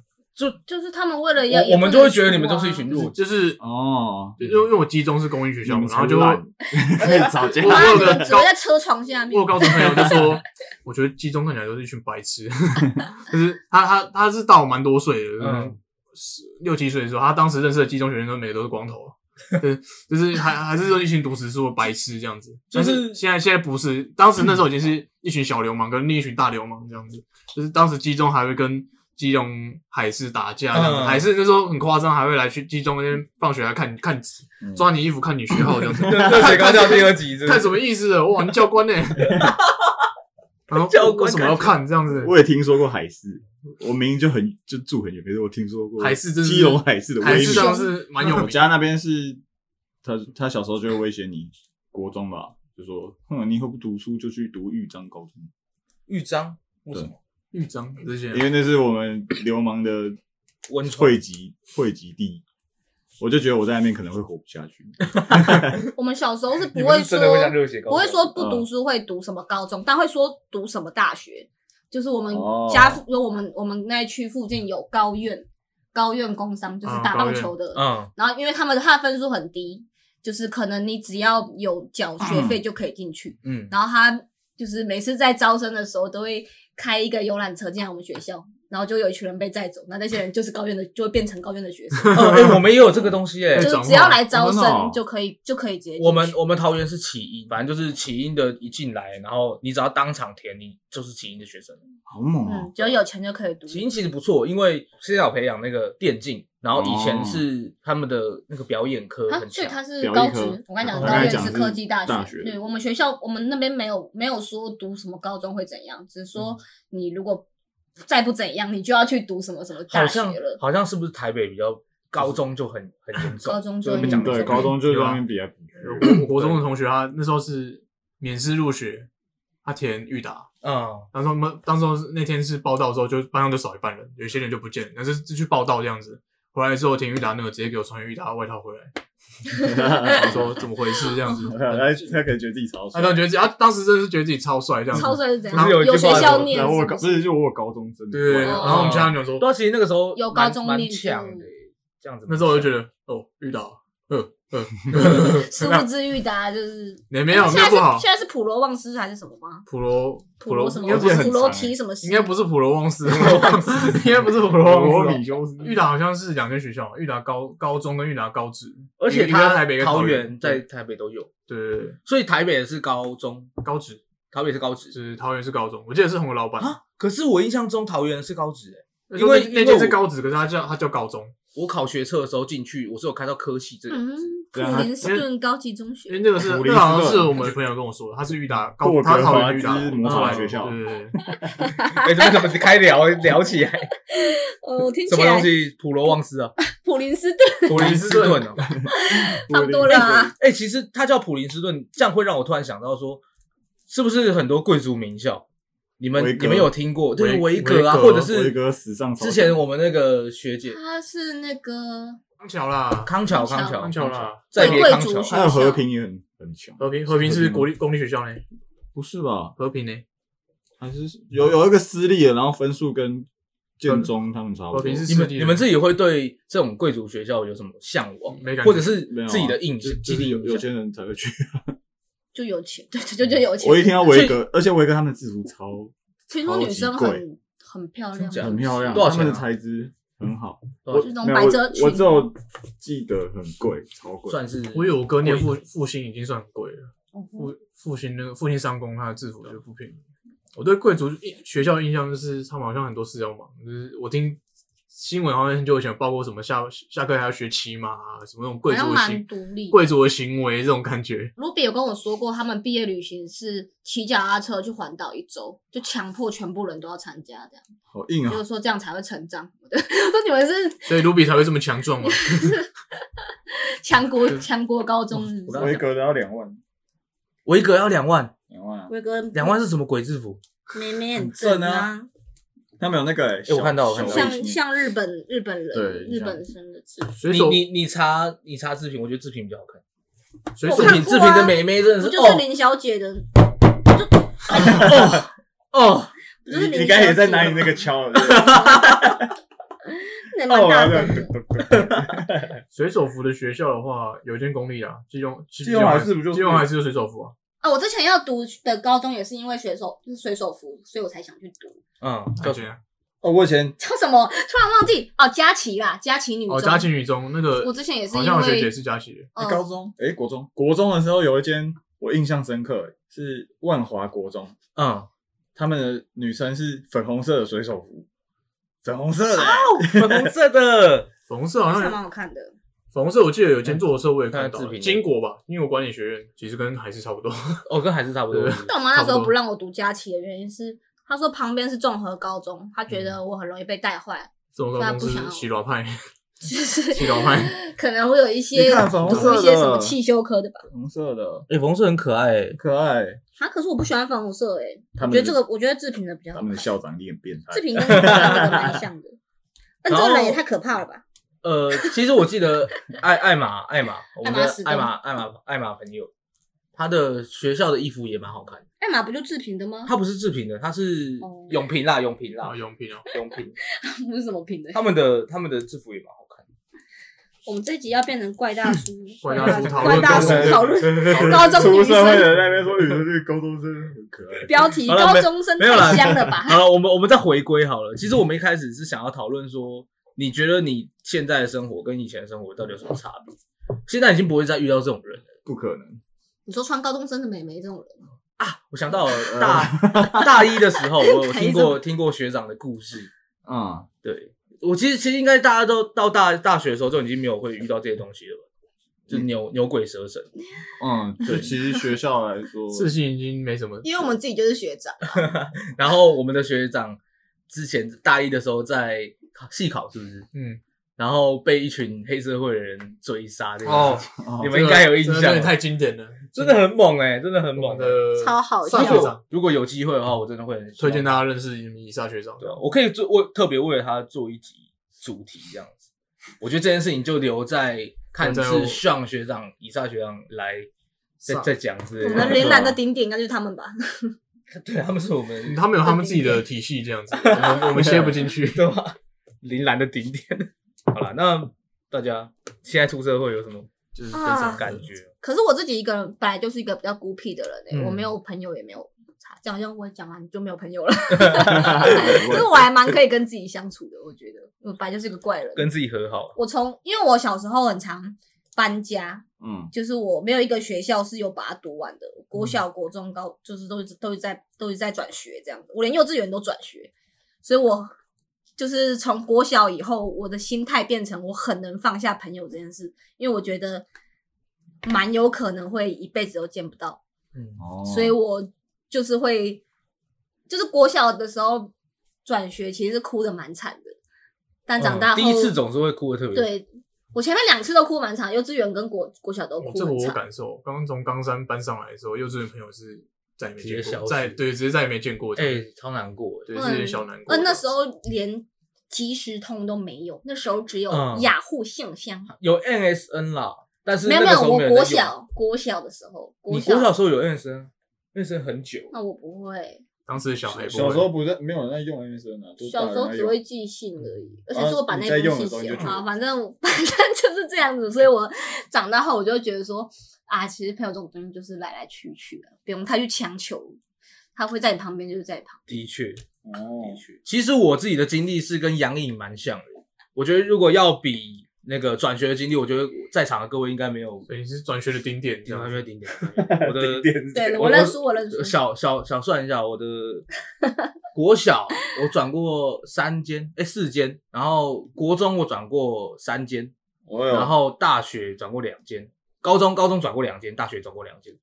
S2: 就是他们为了要，
S4: 我我们就会觉得你们
S2: 啊
S4: 就是一群
S1: 就
S4: 弱
S1: 是
S4: 智。
S1: 就是
S3: 哦，
S1: 因为因为我集中是公立学校嘛，然后就
S3: 你
S1: 会
S3: 们才懒在吵架
S1: 我
S2: 我
S1: 我有个
S2: 只
S1: 高
S2: 会在车床下
S1: 我
S2: 面
S1: 有，高中朋友就说， 我觉得基中看起来都是一群白痴， 就是他他他是大我蛮多岁的，
S4: 嗯
S1: 嗯，十六七岁的时候，他当时认识的基中学生都每个都是光头， 对，就是还还是说一群读死书的白痴这样子，
S4: 就
S1: 但
S4: 是
S1: 是现在现在不是，当时那时候已经是一群小流氓跟另一群大流氓这样子，就是当时基中还会跟。基隆海事打架，这样子
S4: 嗯
S1: 海事那时候很夸张，还会来去基中那边放学来看看纸
S3: 嗯，
S1: 抓你衣服看你学号这样子。
S4: 热血高校第二集是不
S1: 看什
S4: 是？
S1: 么意思？哇，你教官呢、然后
S4: 教官
S1: 为什么要看这样子？
S3: 我也听说过海事，我明明就很就住很远，可是我听说过
S1: 海事真是
S3: 基隆海事的
S1: 还
S3: 威
S1: 是
S3: 胁。
S1: 上是蛮有
S3: 我
S1: 名的，
S3: 家那边是，他他小时候就会威胁你，国中吧，就说，哼，你以后不读书就去读豫章高中，
S4: 豫章为什么？
S1: 豫章这些
S3: 因为那是我们流氓的
S4: 文创
S3: 汇集汇集地。我就觉得我在那边可能会活不下 去，
S2: 我们小时候是
S4: 你
S2: 不
S4: 们
S2: 会
S4: 是
S2: 说
S4: 真的会像热血高校？
S2: 不会
S3: 嗯
S2: 说不读书会读什么高中，但会说读什么大学。就是我们
S3: 哦
S2: 家附，有我们我们那一区附近有高院，高院工商
S4: 啊
S2: 就是
S1: 嗯
S2: 打
S1: 高
S2: 棒
S1: 院
S2: 球的，
S4: 嗯，
S2: 然后因为他们的他的分数很低，就是可能你只要有缴学费就可以进去。
S4: 嗯
S2: 然后他就是每次在招生的时候都会开一个游览车进来我们学校，然后就有一群人被载走，那那些人就是高院的，就会变成高院的学生，
S4: 嗯，哎、我们也有这个东 西哎、
S1: 对
S2: 就
S1: 转
S2: 是
S1: 化
S2: 只要来招
S3: 哦真的哦
S2: 生就可以就可以直接进去。
S4: 我们我们桃园是起因，反正就是起因的一进来，然后你只要当场填，你就是起因的学生。
S3: 好猛哦、
S2: 嗯，只要有钱就可以读。
S4: 起因其实不错，因为现在有培养那个电竞，然后以
S1: 哦
S4: 前是他们的那个表演科
S2: 啊
S4: 很，
S2: 所以
S4: 强。
S2: 他是
S3: 表
S2: 高
S3: 演
S2: 职
S3: 科，
S2: 我刚才讲
S3: 我
S2: 的
S3: 刚
S2: 高
S3: 才
S2: 院
S3: 讲
S2: 是
S3: 是
S2: 科技大学。
S3: 大学
S2: 对我们学校，我们那边没有没有说读什么高中会怎样，只是说
S4: 嗯
S2: 你如果再不怎样，你就要去读什么什么
S4: 好
S2: 大学
S4: 像
S2: 了。
S4: 好像是不是台北比较高中就很很严重，
S2: 高中
S4: 就
S2: 就
S4: 会被讲
S3: 嗯，
S2: 很
S4: 得
S3: 对，
S2: 严
S4: 很
S3: 高
S2: 重
S3: 中就在那边比来比去，
S1: 我我国中的同学，他那时候是免试入学，他填预达。
S4: 嗯
S1: 当时我们当时候是那天是报道的时候，就班上就少一半人，有些人就不见了，但是就去报道这样子。回来之后，填裕达那个直接给我穿裕达的外套回来，我说怎么回事这样子。
S3: 他他可能觉得自己超
S1: 啊他
S3: 帅。
S1: 当时觉得自己，他当时真的是觉得自己超帅这样子，
S2: 超帅是怎
S1: 不
S2: 样？
S4: 是有一句
S2: 有学
S4: 话
S2: 校
S4: 说
S2: 念
S3: 然啊后我
S2: 是
S3: 高，
S2: 不
S3: 不
S2: 是？
S3: 是就我有高中生，
S1: 对对对。
S2: 哦
S1: 然后我们其他人讲说，
S4: 对啊，其实那个时候
S2: 有
S4: 蛮
S2: 高中
S4: 蛮
S2: 念
S4: 强的
S2: 书
S4: 耶，这样子
S1: 那时候我就觉
S4: 得
S1: 得，哦，遇到，嗯嗯，
S2: 殊不知裕达就是
S1: 也没有
S2: 现
S1: 没有
S2: 在
S1: 不好
S2: 是，现在是普罗旺斯还是什么吗？
S1: 普罗
S2: 普
S1: 罗
S2: 罗什么
S1: 应该不
S3: 我记
S1: 是
S3: 得很
S2: 普罗
S3: 长欸
S2: 提什么斯？
S1: 应该不是普罗旺斯， 应该不是普罗旺斯。
S3: 修斯
S1: 裕达好像是两间学校，裕达高高中跟裕达高职，
S4: 而且
S1: 一个在
S4: 他
S1: 台北跟
S4: 桃
S1: 园
S4: 园在台北都有，
S1: 对对对对
S4: 所以台北是高中，
S1: 高职，
S4: 台北是高职
S1: 就是桃园是高中，我记得是红楼老板，
S4: 啊。可是我印象中桃园是高职耶，
S1: 那
S4: 因为
S1: 那
S4: 因为
S1: 那间是
S4: 我
S1: 高职，可是他叫他叫高中，
S4: 我考学测的时候进去，我是有看到科系这个，
S2: 嗯，普
S3: 对啊
S2: 林斯顿高级中
S1: 因为
S2: 学。
S1: 那个是
S3: 普林
S1: 那个好像
S3: 斯
S1: 是
S3: 顿
S1: 我们朋友跟我说的，他是裕达高
S3: 霍，格
S1: 他桃
S3: 华
S1: 园裕达
S3: 兹魔
S4: 法
S1: 嗯
S3: 学校
S1: 对对对，
S4: 哎，这边怎么开聊聊起来？
S2: 呃，我听
S4: 什
S2: 起
S4: 么东
S2: 来
S4: 西？普罗旺斯啊，
S2: 普林斯顿
S4: 普林斯顿啊，
S2: 差不多了啊。
S4: 哎、其实它叫普林斯顿，这样会让我突然想到说，是不是很多贵族名校？你
S3: 维
S4: 们
S3: 格
S4: 你们有听过，就是维
S1: 维
S4: 格啊，
S1: 维格
S4: 或者
S3: 威
S4: 是
S3: 哥史上超
S4: 之前我们那个学姐
S2: 他是那个
S1: 康桥啦，
S4: 康桥
S2: 康
S4: 哦康
S2: 桥
S4: 桥
S1: 康桥，啦，
S4: 再别
S2: 贵
S4: 康
S2: 族
S4: 桥
S2: 学
S3: 还有和平也很很强，
S1: 和平和平是
S3: 吗
S1: 国立公立学校呢，
S3: 不是吧？
S1: 和平呢。
S3: 还是有有一个私立的，然后分数跟
S4: 嗯
S3: 建中他们差不
S1: 和
S3: 多
S1: 平。是
S4: 你
S1: 私
S4: 们
S1: 立
S4: 你
S1: 的
S4: 们自己会对这种贵族学校有什么向往
S1: 没感，觉
S4: 或者是
S3: 没有啊
S4: 自己的印
S3: 就
S4: 象？
S3: 就是有有
S4: 印象
S3: 些人才 会去。
S2: 就有钱，对对，就就有钱。
S3: 我一听到维格，而且维格他们的制服超
S2: 听说女生
S3: 超级
S2: 很很漂亮，
S4: 真假的
S3: 很漂亮，
S4: 多少钱
S3: 他
S4: 啊
S3: 们的材质很好。
S4: 多
S3: 我
S2: 这
S4: 少钱
S2: 种
S3: 没有
S2: 百
S3: 我
S2: 褶裙
S3: 我只有记得很贵，超贵。
S4: 算是
S1: 我有哥念复复兴已经算很贵了，
S2: 哦
S1: 复复兴那个复兴商工它的制服就不便宜，我对贵族印学校的印象就是他们好像很多事要忙，就是我听新闻好像很久以前有报过什么下下课还要学骑马啊，什么那种
S2: 好
S1: 贵
S2: 像
S1: 族的
S2: 蛮
S1: 行
S2: 独立。
S1: 贵族的行为这种感觉。
S2: 卢比有跟我说过，他们毕业旅行是骑脚踏车去环岛一周，就强迫全部人都要参加，这样
S3: 好硬啊
S2: 就是！说这样才会成长。 我的我说你们是
S1: 所以卢比才会这么强 壮嘛。
S2: 强国强国高中是不
S4: 我
S2: 是
S4: 刚
S3: 维格的要两万，
S4: 我一个要两万，
S3: 两万啊！
S2: 威哥
S4: 两万是什么鬼制服？
S2: 妹妹很
S3: 正
S2: 正啊，
S3: 他们有那个欸，
S4: 我看到我
S3: 小
S4: 看到
S3: 小
S2: 像
S3: 卫星
S2: 像日本日本人
S3: 对
S2: 日本生的制服。
S1: 水
S4: 你
S1: 手
S4: 你你查你查志平，我觉得志平比较好看。
S1: 水
S2: 我
S1: 手
S4: 志
S2: 看
S4: 平
S2: 过啊
S4: 志平的美眉真的
S2: 不
S4: 是
S2: 就是
S4: 哦
S2: 林小姐的？
S4: 哦，
S2: 不就是
S3: 你
S2: 林
S3: 你刚才也在
S2: 小姐
S3: 拿你
S2: 吗
S3: 那 个敲了，对不对
S2: 那
S3: 哦，
S2: 蛮
S3: 我
S2: 大
S3: 要这样
S2: 的。
S3: 咚咚 咚
S1: 水手服的学校的话，有一间公立啊，基隆基
S3: 基隆海事不就是
S1: 基隆海事就是水手服啊？
S2: 啊，我之前要读的高中也是因为水手就是水手服，所以我才想去读。
S4: 嗯，
S1: 哪
S4: 叫
S1: 一
S4: 什么
S1: 间啊？
S3: 哦，我以前
S2: 叫什么？突然忘记哦，佳琪啦，佳琪女中。
S1: 哦，嘉琪女中那个
S2: 我之前也是
S1: 好
S2: 因
S1: 像有学姐
S2: 为
S1: 是嘉琪的，
S2: 嗯
S3: 高中哎，国中国中的时候有一间我印象深刻，是万华国中，
S4: 嗯，
S3: 他们的女生是粉红色的水手服，粉红色
S2: 哦
S3: 的欸，
S4: 粉红色的，
S1: 粉红色好像
S2: 还
S1: 有
S2: 蛮好看的。
S1: 粉红色，我记得有一间做的时候我也看到
S4: 哎看自
S1: 了，
S4: 评
S1: 金国吧，英国管理学院，其实跟海事差不多。
S4: 哦，跟还是差不多
S1: 对。
S2: 但我妈那时
S1: 差
S2: 候
S1: 不
S2: 不
S1: 多
S2: 让我读佳琪的原因是，她说旁边是综合高中，她觉得我很容易被带坏，
S1: 这种
S2: 那
S1: 高
S2: 不
S1: 中
S2: 想
S1: 是
S2: 要
S1: 洗脑派，
S2: 就是
S1: 洗脑 派。
S2: 可能会有一些
S3: 你看粉红色
S2: 读
S3: 的
S2: 一些什么汽修科的吧。
S3: 粉红色的，
S4: 哎，粉红色很可爱欸，
S3: 可爱。
S2: 啊，可是我不喜欢粉红色诶、
S3: 他
S2: 我
S3: 们
S2: 觉得这个，我觉得志平的比较好
S3: 他们
S2: 看
S3: 的。校长也很变态
S2: 志，平跟那个蛮像的，但这个人也太可怕了吧？
S4: 呃，其实我记得艾艾玛艾玛，我们
S2: 艾玛
S4: 的
S2: 史东
S4: 艾玛艾玛艾玛朋友，她的学校的衣服也蛮好看的。
S2: 艾玛不就志平的吗？
S4: 她不是志平的，她是
S2: 嗯哦
S4: 永平啦，永平啦
S1: 啊，，用品哦，，
S4: 永平。
S2: 不是什么平的。
S4: 他们的他们的制服也蛮好看的。
S2: 我们这集要变成怪大叔
S1: 怪大叔讨
S2: 怪
S1: 论
S2: 大叔
S1: 高中
S2: 讨论高中
S3: 出
S2: 女
S3: 社会
S2: 生
S3: 的那边说女生对高中生很可爱，
S2: 标题，
S4: 好了
S2: 高
S4: 没
S2: 中生
S4: 没有啦
S2: 太香了吧？
S4: 好了，我们我们再回归好了。其实我们一开始是想要讨论说，你觉得你现在的生活跟以前的生活到底有什么差别？现在已经不会再遇到这种人了
S3: 不可能。
S2: 你说穿高中生的美眉这种人，
S4: 啊！我想到
S1: 嗯
S4: 了大大一的时候，我 有听
S2: 还有什
S4: 过听过学长的故事。
S3: 啊，
S4: 对我其实其实应该大家都到大大学的时候就已经没有会遇到这些东西了吧？就牛、牛鬼蛇神，
S3: 嗯，就其实学校来 说，
S1: 事情已经没什么。
S2: 因为我们自己就是学长，
S4: 然后我们的学长之前大一的时候在考系考是不是？
S1: 嗯，
S4: 然后被一群黑社会的人追杀这个
S1: 哦
S4: 事情
S3: 哦
S4: 你们应该有印
S1: 这个
S4: 象
S1: 真的太经典了，
S4: 真的很猛哎、真的很
S1: 我
S4: 猛
S1: 们的
S2: 超好笑
S1: 萨学长，
S4: 如果有机会的话，我真的会很喜欢
S1: 推荐大家认识以萨学长。
S4: 对啊我可以做为特别为了他做一集主题这样子。我觉得这件事情就留在看
S1: 留在我
S4: 是上学长、以上学长来再
S1: 上
S4: 再讲之类
S2: 我
S4: 的。
S2: 们
S4: 对
S2: 林
S4: 啊
S2: 兰的顶点应该就是他们吧？
S4: 对他们是我们
S1: 嗯他们有他们自己的体系，这样子，我 们我们切不进去。
S4: 对吧？林兰的顶点。 好了，那大家现在出社会有什么
S1: 就是
S2: 分手
S4: 感觉？
S2: 可是我自己一个人本来就是一个比较孤僻的人、欸
S1: 嗯
S2: 我没有朋友也没有差，这样好像我讲完就没有朋友了。
S3: 不
S2: 可是
S3: 会
S2: 我还蛮可以跟自己相处的，我觉得我本来就是个怪人。
S4: 跟自己和好，
S2: 我从因为我小时候很常搬家，
S3: 嗯，
S2: 就是我没有一个学校是有把它读完的，国小、国中、高就是都是都是在都是在转学这样子，我连幼稚园都转学，所以我就是从国小以后，我的心态变成我很能放下朋友这件事，因为我觉得蛮有可能会一辈子都见不到。
S4: 嗯，
S3: 哦
S2: 所以我就是会，就是国小的时候转学，其实哭的蛮惨的，但长大后、
S4: 哦嗯第一次总是会哭的特别。
S2: 对我前面两次都哭蛮惨，幼稚园跟国国小都
S1: 哦
S2: 哭
S1: 这个
S2: 很
S1: 我有
S2: 惨。
S1: 感受，刚刚从冈山搬上来的时候，幼稚园朋友是再也没
S4: 直接
S1: 见
S4: 消
S1: 过，
S4: 失
S1: 再对直接再也没见过这
S4: 哎、
S1: 样。
S4: 超难过的。
S1: 对，是有点小难过
S2: 呃
S1: 这样子。
S2: 那时候连即时通都没有，那时候只有
S4: 嗯
S2: 雅虎信箱。
S4: 有 NSN 啦，但是
S2: 没
S4: 那
S2: 有没有，
S4: 个时候
S2: 我
S4: 没有人
S2: 国
S4: 在用。
S2: 小国小的时候，国
S4: 你
S2: 小嗯
S4: 国小时候有 NSN，NSN 很久。
S2: 那我不会，
S1: 当时的小孩不会
S3: 小时候不是没有人在用 MSN 啊，都大
S2: 小
S3: 人
S2: 时候
S3: 在
S2: 只
S3: 用
S2: 会寄信而已，而且
S3: 啊
S2: 是我把
S3: 你
S2: 那
S3: 在
S2: 封
S3: 用的
S2: 信
S3: 时候
S2: 写
S3: 你就觉得
S2: 好，反正我反正就是这样子，所以我长大后我就觉得说啊，其实朋友这种东西就是来来去去的，不用太去强求，他会在你旁边就是在你旁
S4: 的确，
S3: 哦，
S4: 其实我自己的经历是跟杨颖蛮像的。我觉得如果要比那个转学的经历，我觉得在场的各位应该没有，
S1: 所以你是转学的顶点这
S4: 顶还
S1: 样
S4: 没
S1: 子。
S4: 有顶点。我的
S2: 对
S4: 我呃
S2: 我认输，我认输。
S4: 小小小算一 下，我的国小我转过三间，哎、四间，然后国中我转过三间，
S3: 我有，
S4: 然后大学转过两间，高中高中转过两间，大学转过两间，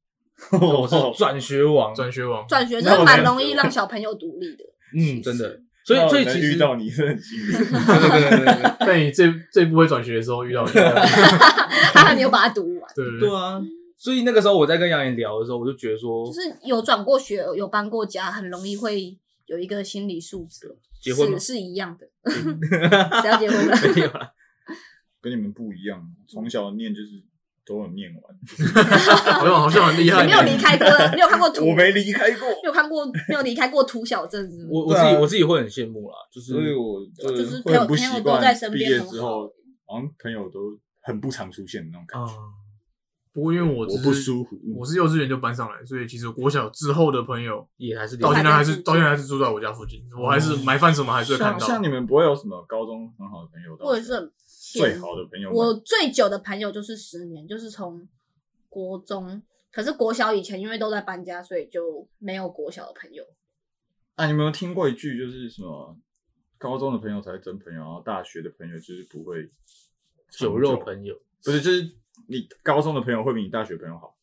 S4: 我
S3: 我
S4: 是转学王，
S1: 转学王，
S2: 转学
S3: 那
S2: 真
S3: 我没
S2: 的蛮
S3: 有
S2: 容易让小朋友独立的。
S4: 嗯，真的，所以所以其
S3: 遇
S4: 实
S3: 到你是很幸运，
S4: 对对对对对对
S1: 在你最最不会转学的时候遇到 你，对
S2: 他还没有把它读完。
S1: 不
S4: 对
S1: 对？
S4: 啊，所以那个时候我在跟杨颖聊的时候，我就觉得说
S2: 就是有转过学，有搬过家，很容易会有一个心理素质，哦
S4: 结婚吗嗯
S2: 是是一样的。 谁要结婚了？
S4: 没有啦，
S3: 跟你们不一样，从小念就是都有念完，啊
S1: 好像好像很厉害。
S2: 你没有离开过，你有看过图？
S3: 我没离开过，
S2: 你有看过，没有离开过图小镇是吗？
S4: 我我自
S3: 对
S4: 己
S3: 啊
S4: 我自己会很羡慕啦，嗯就是
S3: 所以我
S2: 就
S3: 就是会
S2: 朋友
S3: 很不
S2: 朋友
S3: 习
S2: 都
S3: 惯
S2: 在身
S3: 毕
S2: 边
S3: 业
S2: 很
S3: 之
S2: 好
S3: 后，好像朋友都很不常出现的那种感觉，
S4: 嗯
S1: 不过因哦为我只
S3: 我
S1: 是
S3: 不舒服，
S1: 我是幼稚园就搬上来，所以其实国小之后的朋友
S4: 也还是
S1: 到现在还
S2: 还在
S1: 是
S2: 附近
S1: 到现在还是住在我家附近，我还是买饭什么还是会看
S3: 哦像
S1: 到。
S3: 像你们不会有什么高中很好的朋友到，
S2: 或者是很
S3: 最好的朋友
S2: 我
S3: 们，
S2: 最久的朋友就是十年，就是从国中，可是国小以前因为都在搬家，所以就没有国小的朋友。
S3: 啊，你们有没有听过一句就是什么？高中的朋友才是真朋友，然后大学的朋友就是不会
S4: 酒肉朋友，
S3: 不是，就是你高中的朋友会比你大学朋友好。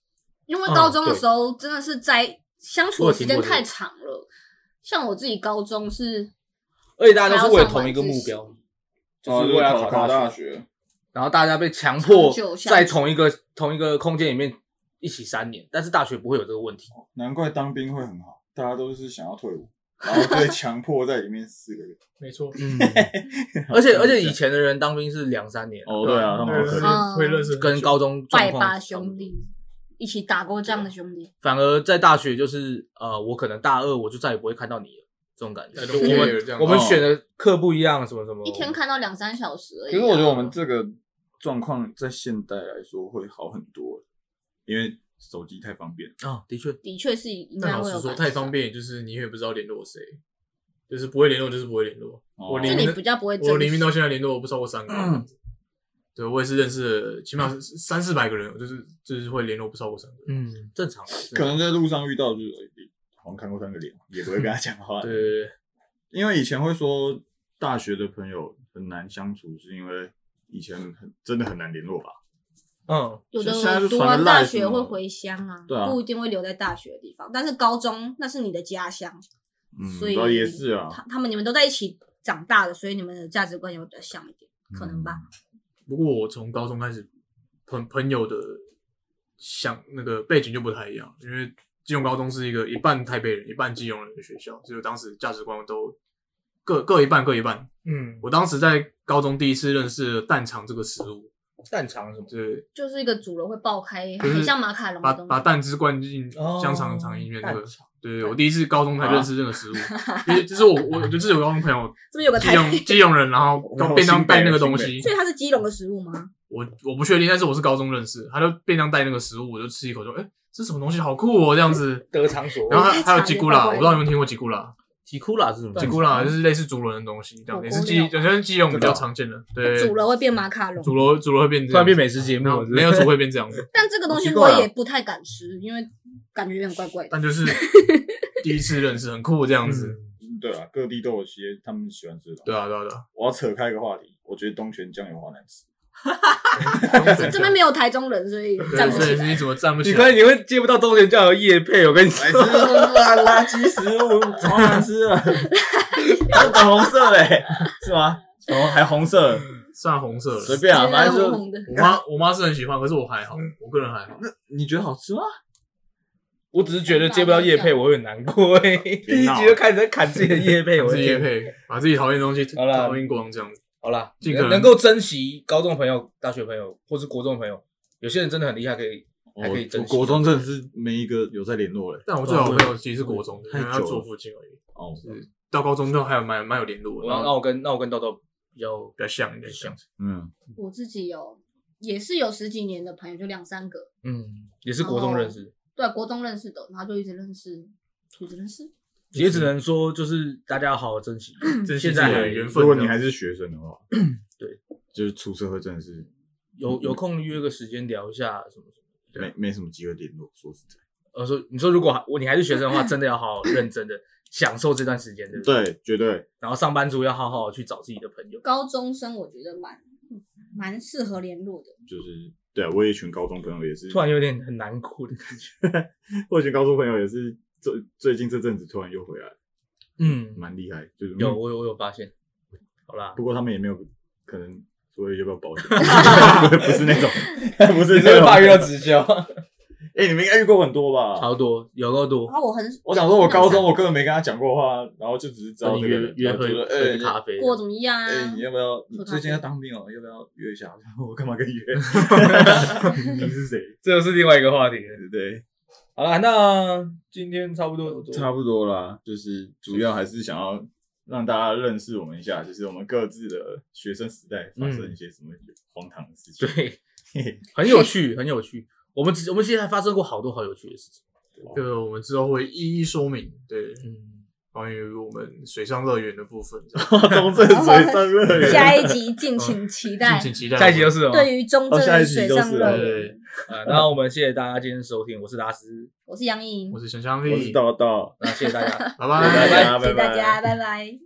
S2: 因为
S4: 嗯
S2: 高中的
S4: 对
S2: 时候真的是在相处
S4: 我
S2: 的
S4: 有
S2: 时
S4: 听
S2: 间
S4: 过这
S2: 太
S4: 个
S2: 长了，像我自己高中是
S4: 而且大家都是
S2: 还
S4: 为了
S2: 要上晚
S4: 同一个
S2: 自
S4: 目
S2: 习
S4: 标，就是
S3: 哦
S4: 为了要考大学，
S3: 学，
S4: 然后大家被强迫
S2: 长久下去
S4: 在同一个同一个空间里面一起三年，但是大学不会有这个问题，
S3: 难怪当兵会很好，大家都是想要退伍，然后被强迫在里面四个月。
S1: 没错，
S4: 嗯， 而且而且以前的人当兵是两三年，
S3: 哦，对啊，他们好可
S1: 对
S3: 怜。
S2: 怜
S1: 会认识很
S4: 跟
S1: 久
S4: 高中状
S2: 拜
S4: 况
S2: 把
S4: 差不多
S2: 兄弟一起打过仗的兄弟，
S4: 反而在大学就是呃，我可能大二我就再也不会看到你了，这种感觉。
S1: 哎对
S4: 就我
S1: 我也
S4: 们
S1: 有这样
S4: 我们
S3: 哦
S4: 选的课不一样，什么什么。
S2: 一天看到两三小时而已啊、
S3: 可是我觉得我们这个状况在现代来说会好很多，因为手机太方便了。
S4: 啊、
S1: 哦
S4: 的确，
S2: 的确是应
S1: 但
S2: 该
S1: 老
S2: 会
S1: 实
S2: 有
S1: 说，
S2: 感
S1: 太
S2: 受
S1: 方，便，就是你也不知道联络谁，就是不会联络就是不会联络。
S3: 哦
S1: 我
S2: 就
S1: 联
S2: 你
S1: 名
S2: 比较不会珍惜。
S1: 我黎明到现在联络我不超过三个人这样
S2: 嗯
S1: 子，对我也是认识了起码是三四百个人，就是就是会联络不超过三个人。啊
S4: 嗯，正常。
S3: 可能在路上遇到就是哎好像看过三个脸，也不会跟他讲话。
S1: 啊对，对对，
S3: 因为以前会说大学的朋友很难相处，是因为以前很真的很难联络吧？
S4: 嗯，
S2: 有
S3: 现在
S2: 的
S3: 就
S2: 读
S3: 传
S2: 完
S3: 个
S2: 大
S3: live
S2: 学
S3: 嘛
S2: 会回乡啊，
S3: 对啊
S2: 不一定会留在大学的地方。但是高中那是你的家乡，
S3: 嗯，
S2: 所以
S3: 倒也是啊，
S2: 他他们你们都在一起长大的，所以你们的价值观也会比较像一点，可能
S3: 嗯
S2: 吧。
S1: 不过我从高中开始，朋朋友的想那个背景就不太一样，因为基隆高中是一个一半台北人一半基隆人的学校，所以当时价值观都各各一半各一半。
S4: 嗯，
S1: 我当时在高中第一次认识了蛋肠这个食物，
S4: 蛋肠什么？
S1: 对，
S2: 就是一个煮了会爆开，
S1: 就是
S2: 很像马卡龙
S1: 把
S2: 的东
S1: 把
S2: 西。
S1: 蛋汁灌进
S4: 哦
S1: 香肠肠里面那个
S4: 蛋肠，
S1: 对我第一次高中才认识这个 食物，因为就是我我就是有高中朋友
S2: 这边有个
S1: 基
S2: 台
S1: 隆
S2: 北，
S1: 基隆人，然后
S3: 我
S1: 便当带那个东
S3: 新北
S1: 西
S2: 所，以它是基隆的食物吗？
S1: 我我不确定，但是我是高中认识，他就便当带那个食物，我就吃一口就哎、诶这什么东西好酷哦这样子，
S4: 得偿所
S1: 然后
S2: 太
S1: 还还有
S2: 长
S1: 吉
S2: 了
S1: 古
S2: 怪
S1: 拉，
S2: 怪
S1: 我
S2: 的
S1: 不知道你们听过吉古拉，
S4: 吉库拉是什么？
S1: 吉古拉啊就是类似竹轮的东西，这样
S2: 火
S1: 也
S2: 锅
S1: 是基
S2: 料
S1: 好像是基隆比较常见的，对，
S2: 煮了会变马卡龙。
S1: 煮了煮了会变这
S4: 突然
S1: 样
S4: 变
S1: 子，
S4: 美食节目
S1: 然后
S4: 了，
S1: 没有煮会变这样子。
S2: 但这个东西
S3: 好奇怪
S2: 我
S3: 啊
S2: 也不太敢吃，因为感觉有点怪怪的。
S1: 但就是 第一次认识，很酷这样子。
S3: 嗯对啊，各地都有些他们喜欢吃的。
S1: 对啊，对啊，对 啊。
S3: 我要扯开一个话题，我觉得东泉酱油好难 吃。
S2: 这边没有台中人，所以
S1: 对，
S2: 站不
S1: 所
S2: 起
S1: 以
S2: 来。
S1: 是你怎么站不起
S4: 你可
S1: 来
S4: 以？你会接不到中原酱油叶配，我跟你说
S3: 白，痴，
S1: 啊
S3: 垃垃圾食 物，超难吃
S4: 啊
S3: 的，还有粉红色的欸，是吗？哦，还红色，
S1: 算红色
S3: 随
S1: 了。
S3: 便啊，
S2: 觉
S3: 反
S2: 得
S3: 正就
S2: 红红的，
S1: 我妈我妈是很喜欢，可是我还好，我个人还好。
S3: 你觉得好吃吗？
S4: 我只是觉得接不到叶配，我会很难 过、欸。第一集就开始在砍自己的叶配，我
S1: 自
S4: 的
S1: 己
S4: 天
S1: 也配，把自己讨厌的东西
S4: 好啦
S1: 讨厌光这样子。
S4: 好啦，
S1: 尽
S4: 能
S1: 可能
S4: 能够珍惜高中朋友、大学朋友或是国中朋友，有些人真的很厉害，可以还可以珍惜。
S3: 国中真的是没一个有在联络嘞。
S1: 但我最好的朋友其实是国中的，
S3: 太
S1: 因
S3: 久
S1: 为
S3: 了
S1: 他住我附近而已。
S3: 哦，
S1: 到高中之后还有蛮蛮有联络的，
S4: 那
S1: 然
S4: 那
S1: 后
S4: 我跟那我跟豆豆比较
S1: 嗯比较像一点。
S4: 像，
S3: 嗯，
S2: 我自己有也是有十几年的朋友，就两三个，
S4: 嗯，也是国中认识，
S2: 对，国中认识的，然后就一直认识，一直认识。
S4: 也只能说就是大家要好好珍惜。
S1: 这现
S4: 现在
S1: 在
S4: 还
S1: 有缘分这样子。
S3: 如果你还是学生的话，就是出社会真的是
S1: 嗯
S4: 有有空约个时间聊一下什么什么。
S3: 没没什么机会联络，说实在。
S4: 我说，你说如果我你还是学生的 话，真的要好好认真的享受这段时间，对不对？
S3: 对，绝对。
S4: 然后上班族要好好地去找自己的朋友。
S2: 高中生我觉得蛮蛮适合联络的，
S3: 就是对啊，我有一群高中朋友也是，
S4: 突然有点很难过的感觉。
S3: 我有一群高中朋友也是最最近这阵子突然又回来，
S4: 嗯，
S3: 蛮厉害，就是
S4: 有我有我有发现。好啦，
S3: 不过他们也没有可能所以要不要 保险，不是那种，不是那种。
S4: 到直销，
S3: 哎、你们应该遇过很多吧？
S4: 超多，有够多
S2: 然。啊后我很
S3: 我想说，我高中我根本没跟他讲过话，然后就只是知道
S4: 跟你
S3: 这个
S4: 约
S3: 人
S4: 约
S3: 然后
S4: 喝
S3: 就说哎、
S4: 喝
S3: 你
S4: 咖啡，
S2: 过得怎么样
S3: 哎、
S2: 啊
S3: 你？要不要？你
S2: 喝咖啡
S3: 最近要当兵哦，要不要约一下？ 我干嘛跟你约？ 你是谁？
S4: 这又是另外一个话题了。
S3: 对不对？
S4: 好啦，那今天差不多，
S3: 差不多啦，就是主要还是想要让大家认识我们一下，就是我们各自的学生时代发生一些什么荒唐的事情。
S4: 对，
S3: 嘿嘿，
S4: 很有趣，很有趣。我们之我们现在还发生过好多好有趣的事情。
S1: 这个我们之后会一一说明，对，
S4: 嗯，
S1: 关于我们水上乐园的部分， 这样
S3: 中正水上乐园，
S2: 下一集 敬请期待
S1: 敬。请期待。
S4: 下一集就是了吗。
S2: 对于中
S3: 哦下一
S2: 正
S3: 集
S2: 水
S3: 就
S2: 上
S3: 是
S1: 对
S2: 乐
S3: 了
S2: 园，
S1: 对，对
S4: 啊，那我们谢谢大家今天收听，我是达斯，
S2: 我是杨颖
S1: 我，是陈香
S3: 我是
S1: 丽，
S3: 道道，
S4: 那谢谢大家。
S1: 拜
S3: 谢谢
S1: 拜
S3: 大。家，
S2: 谢谢
S3: 拜
S2: 大
S3: 拜。
S2: 家，拜拜。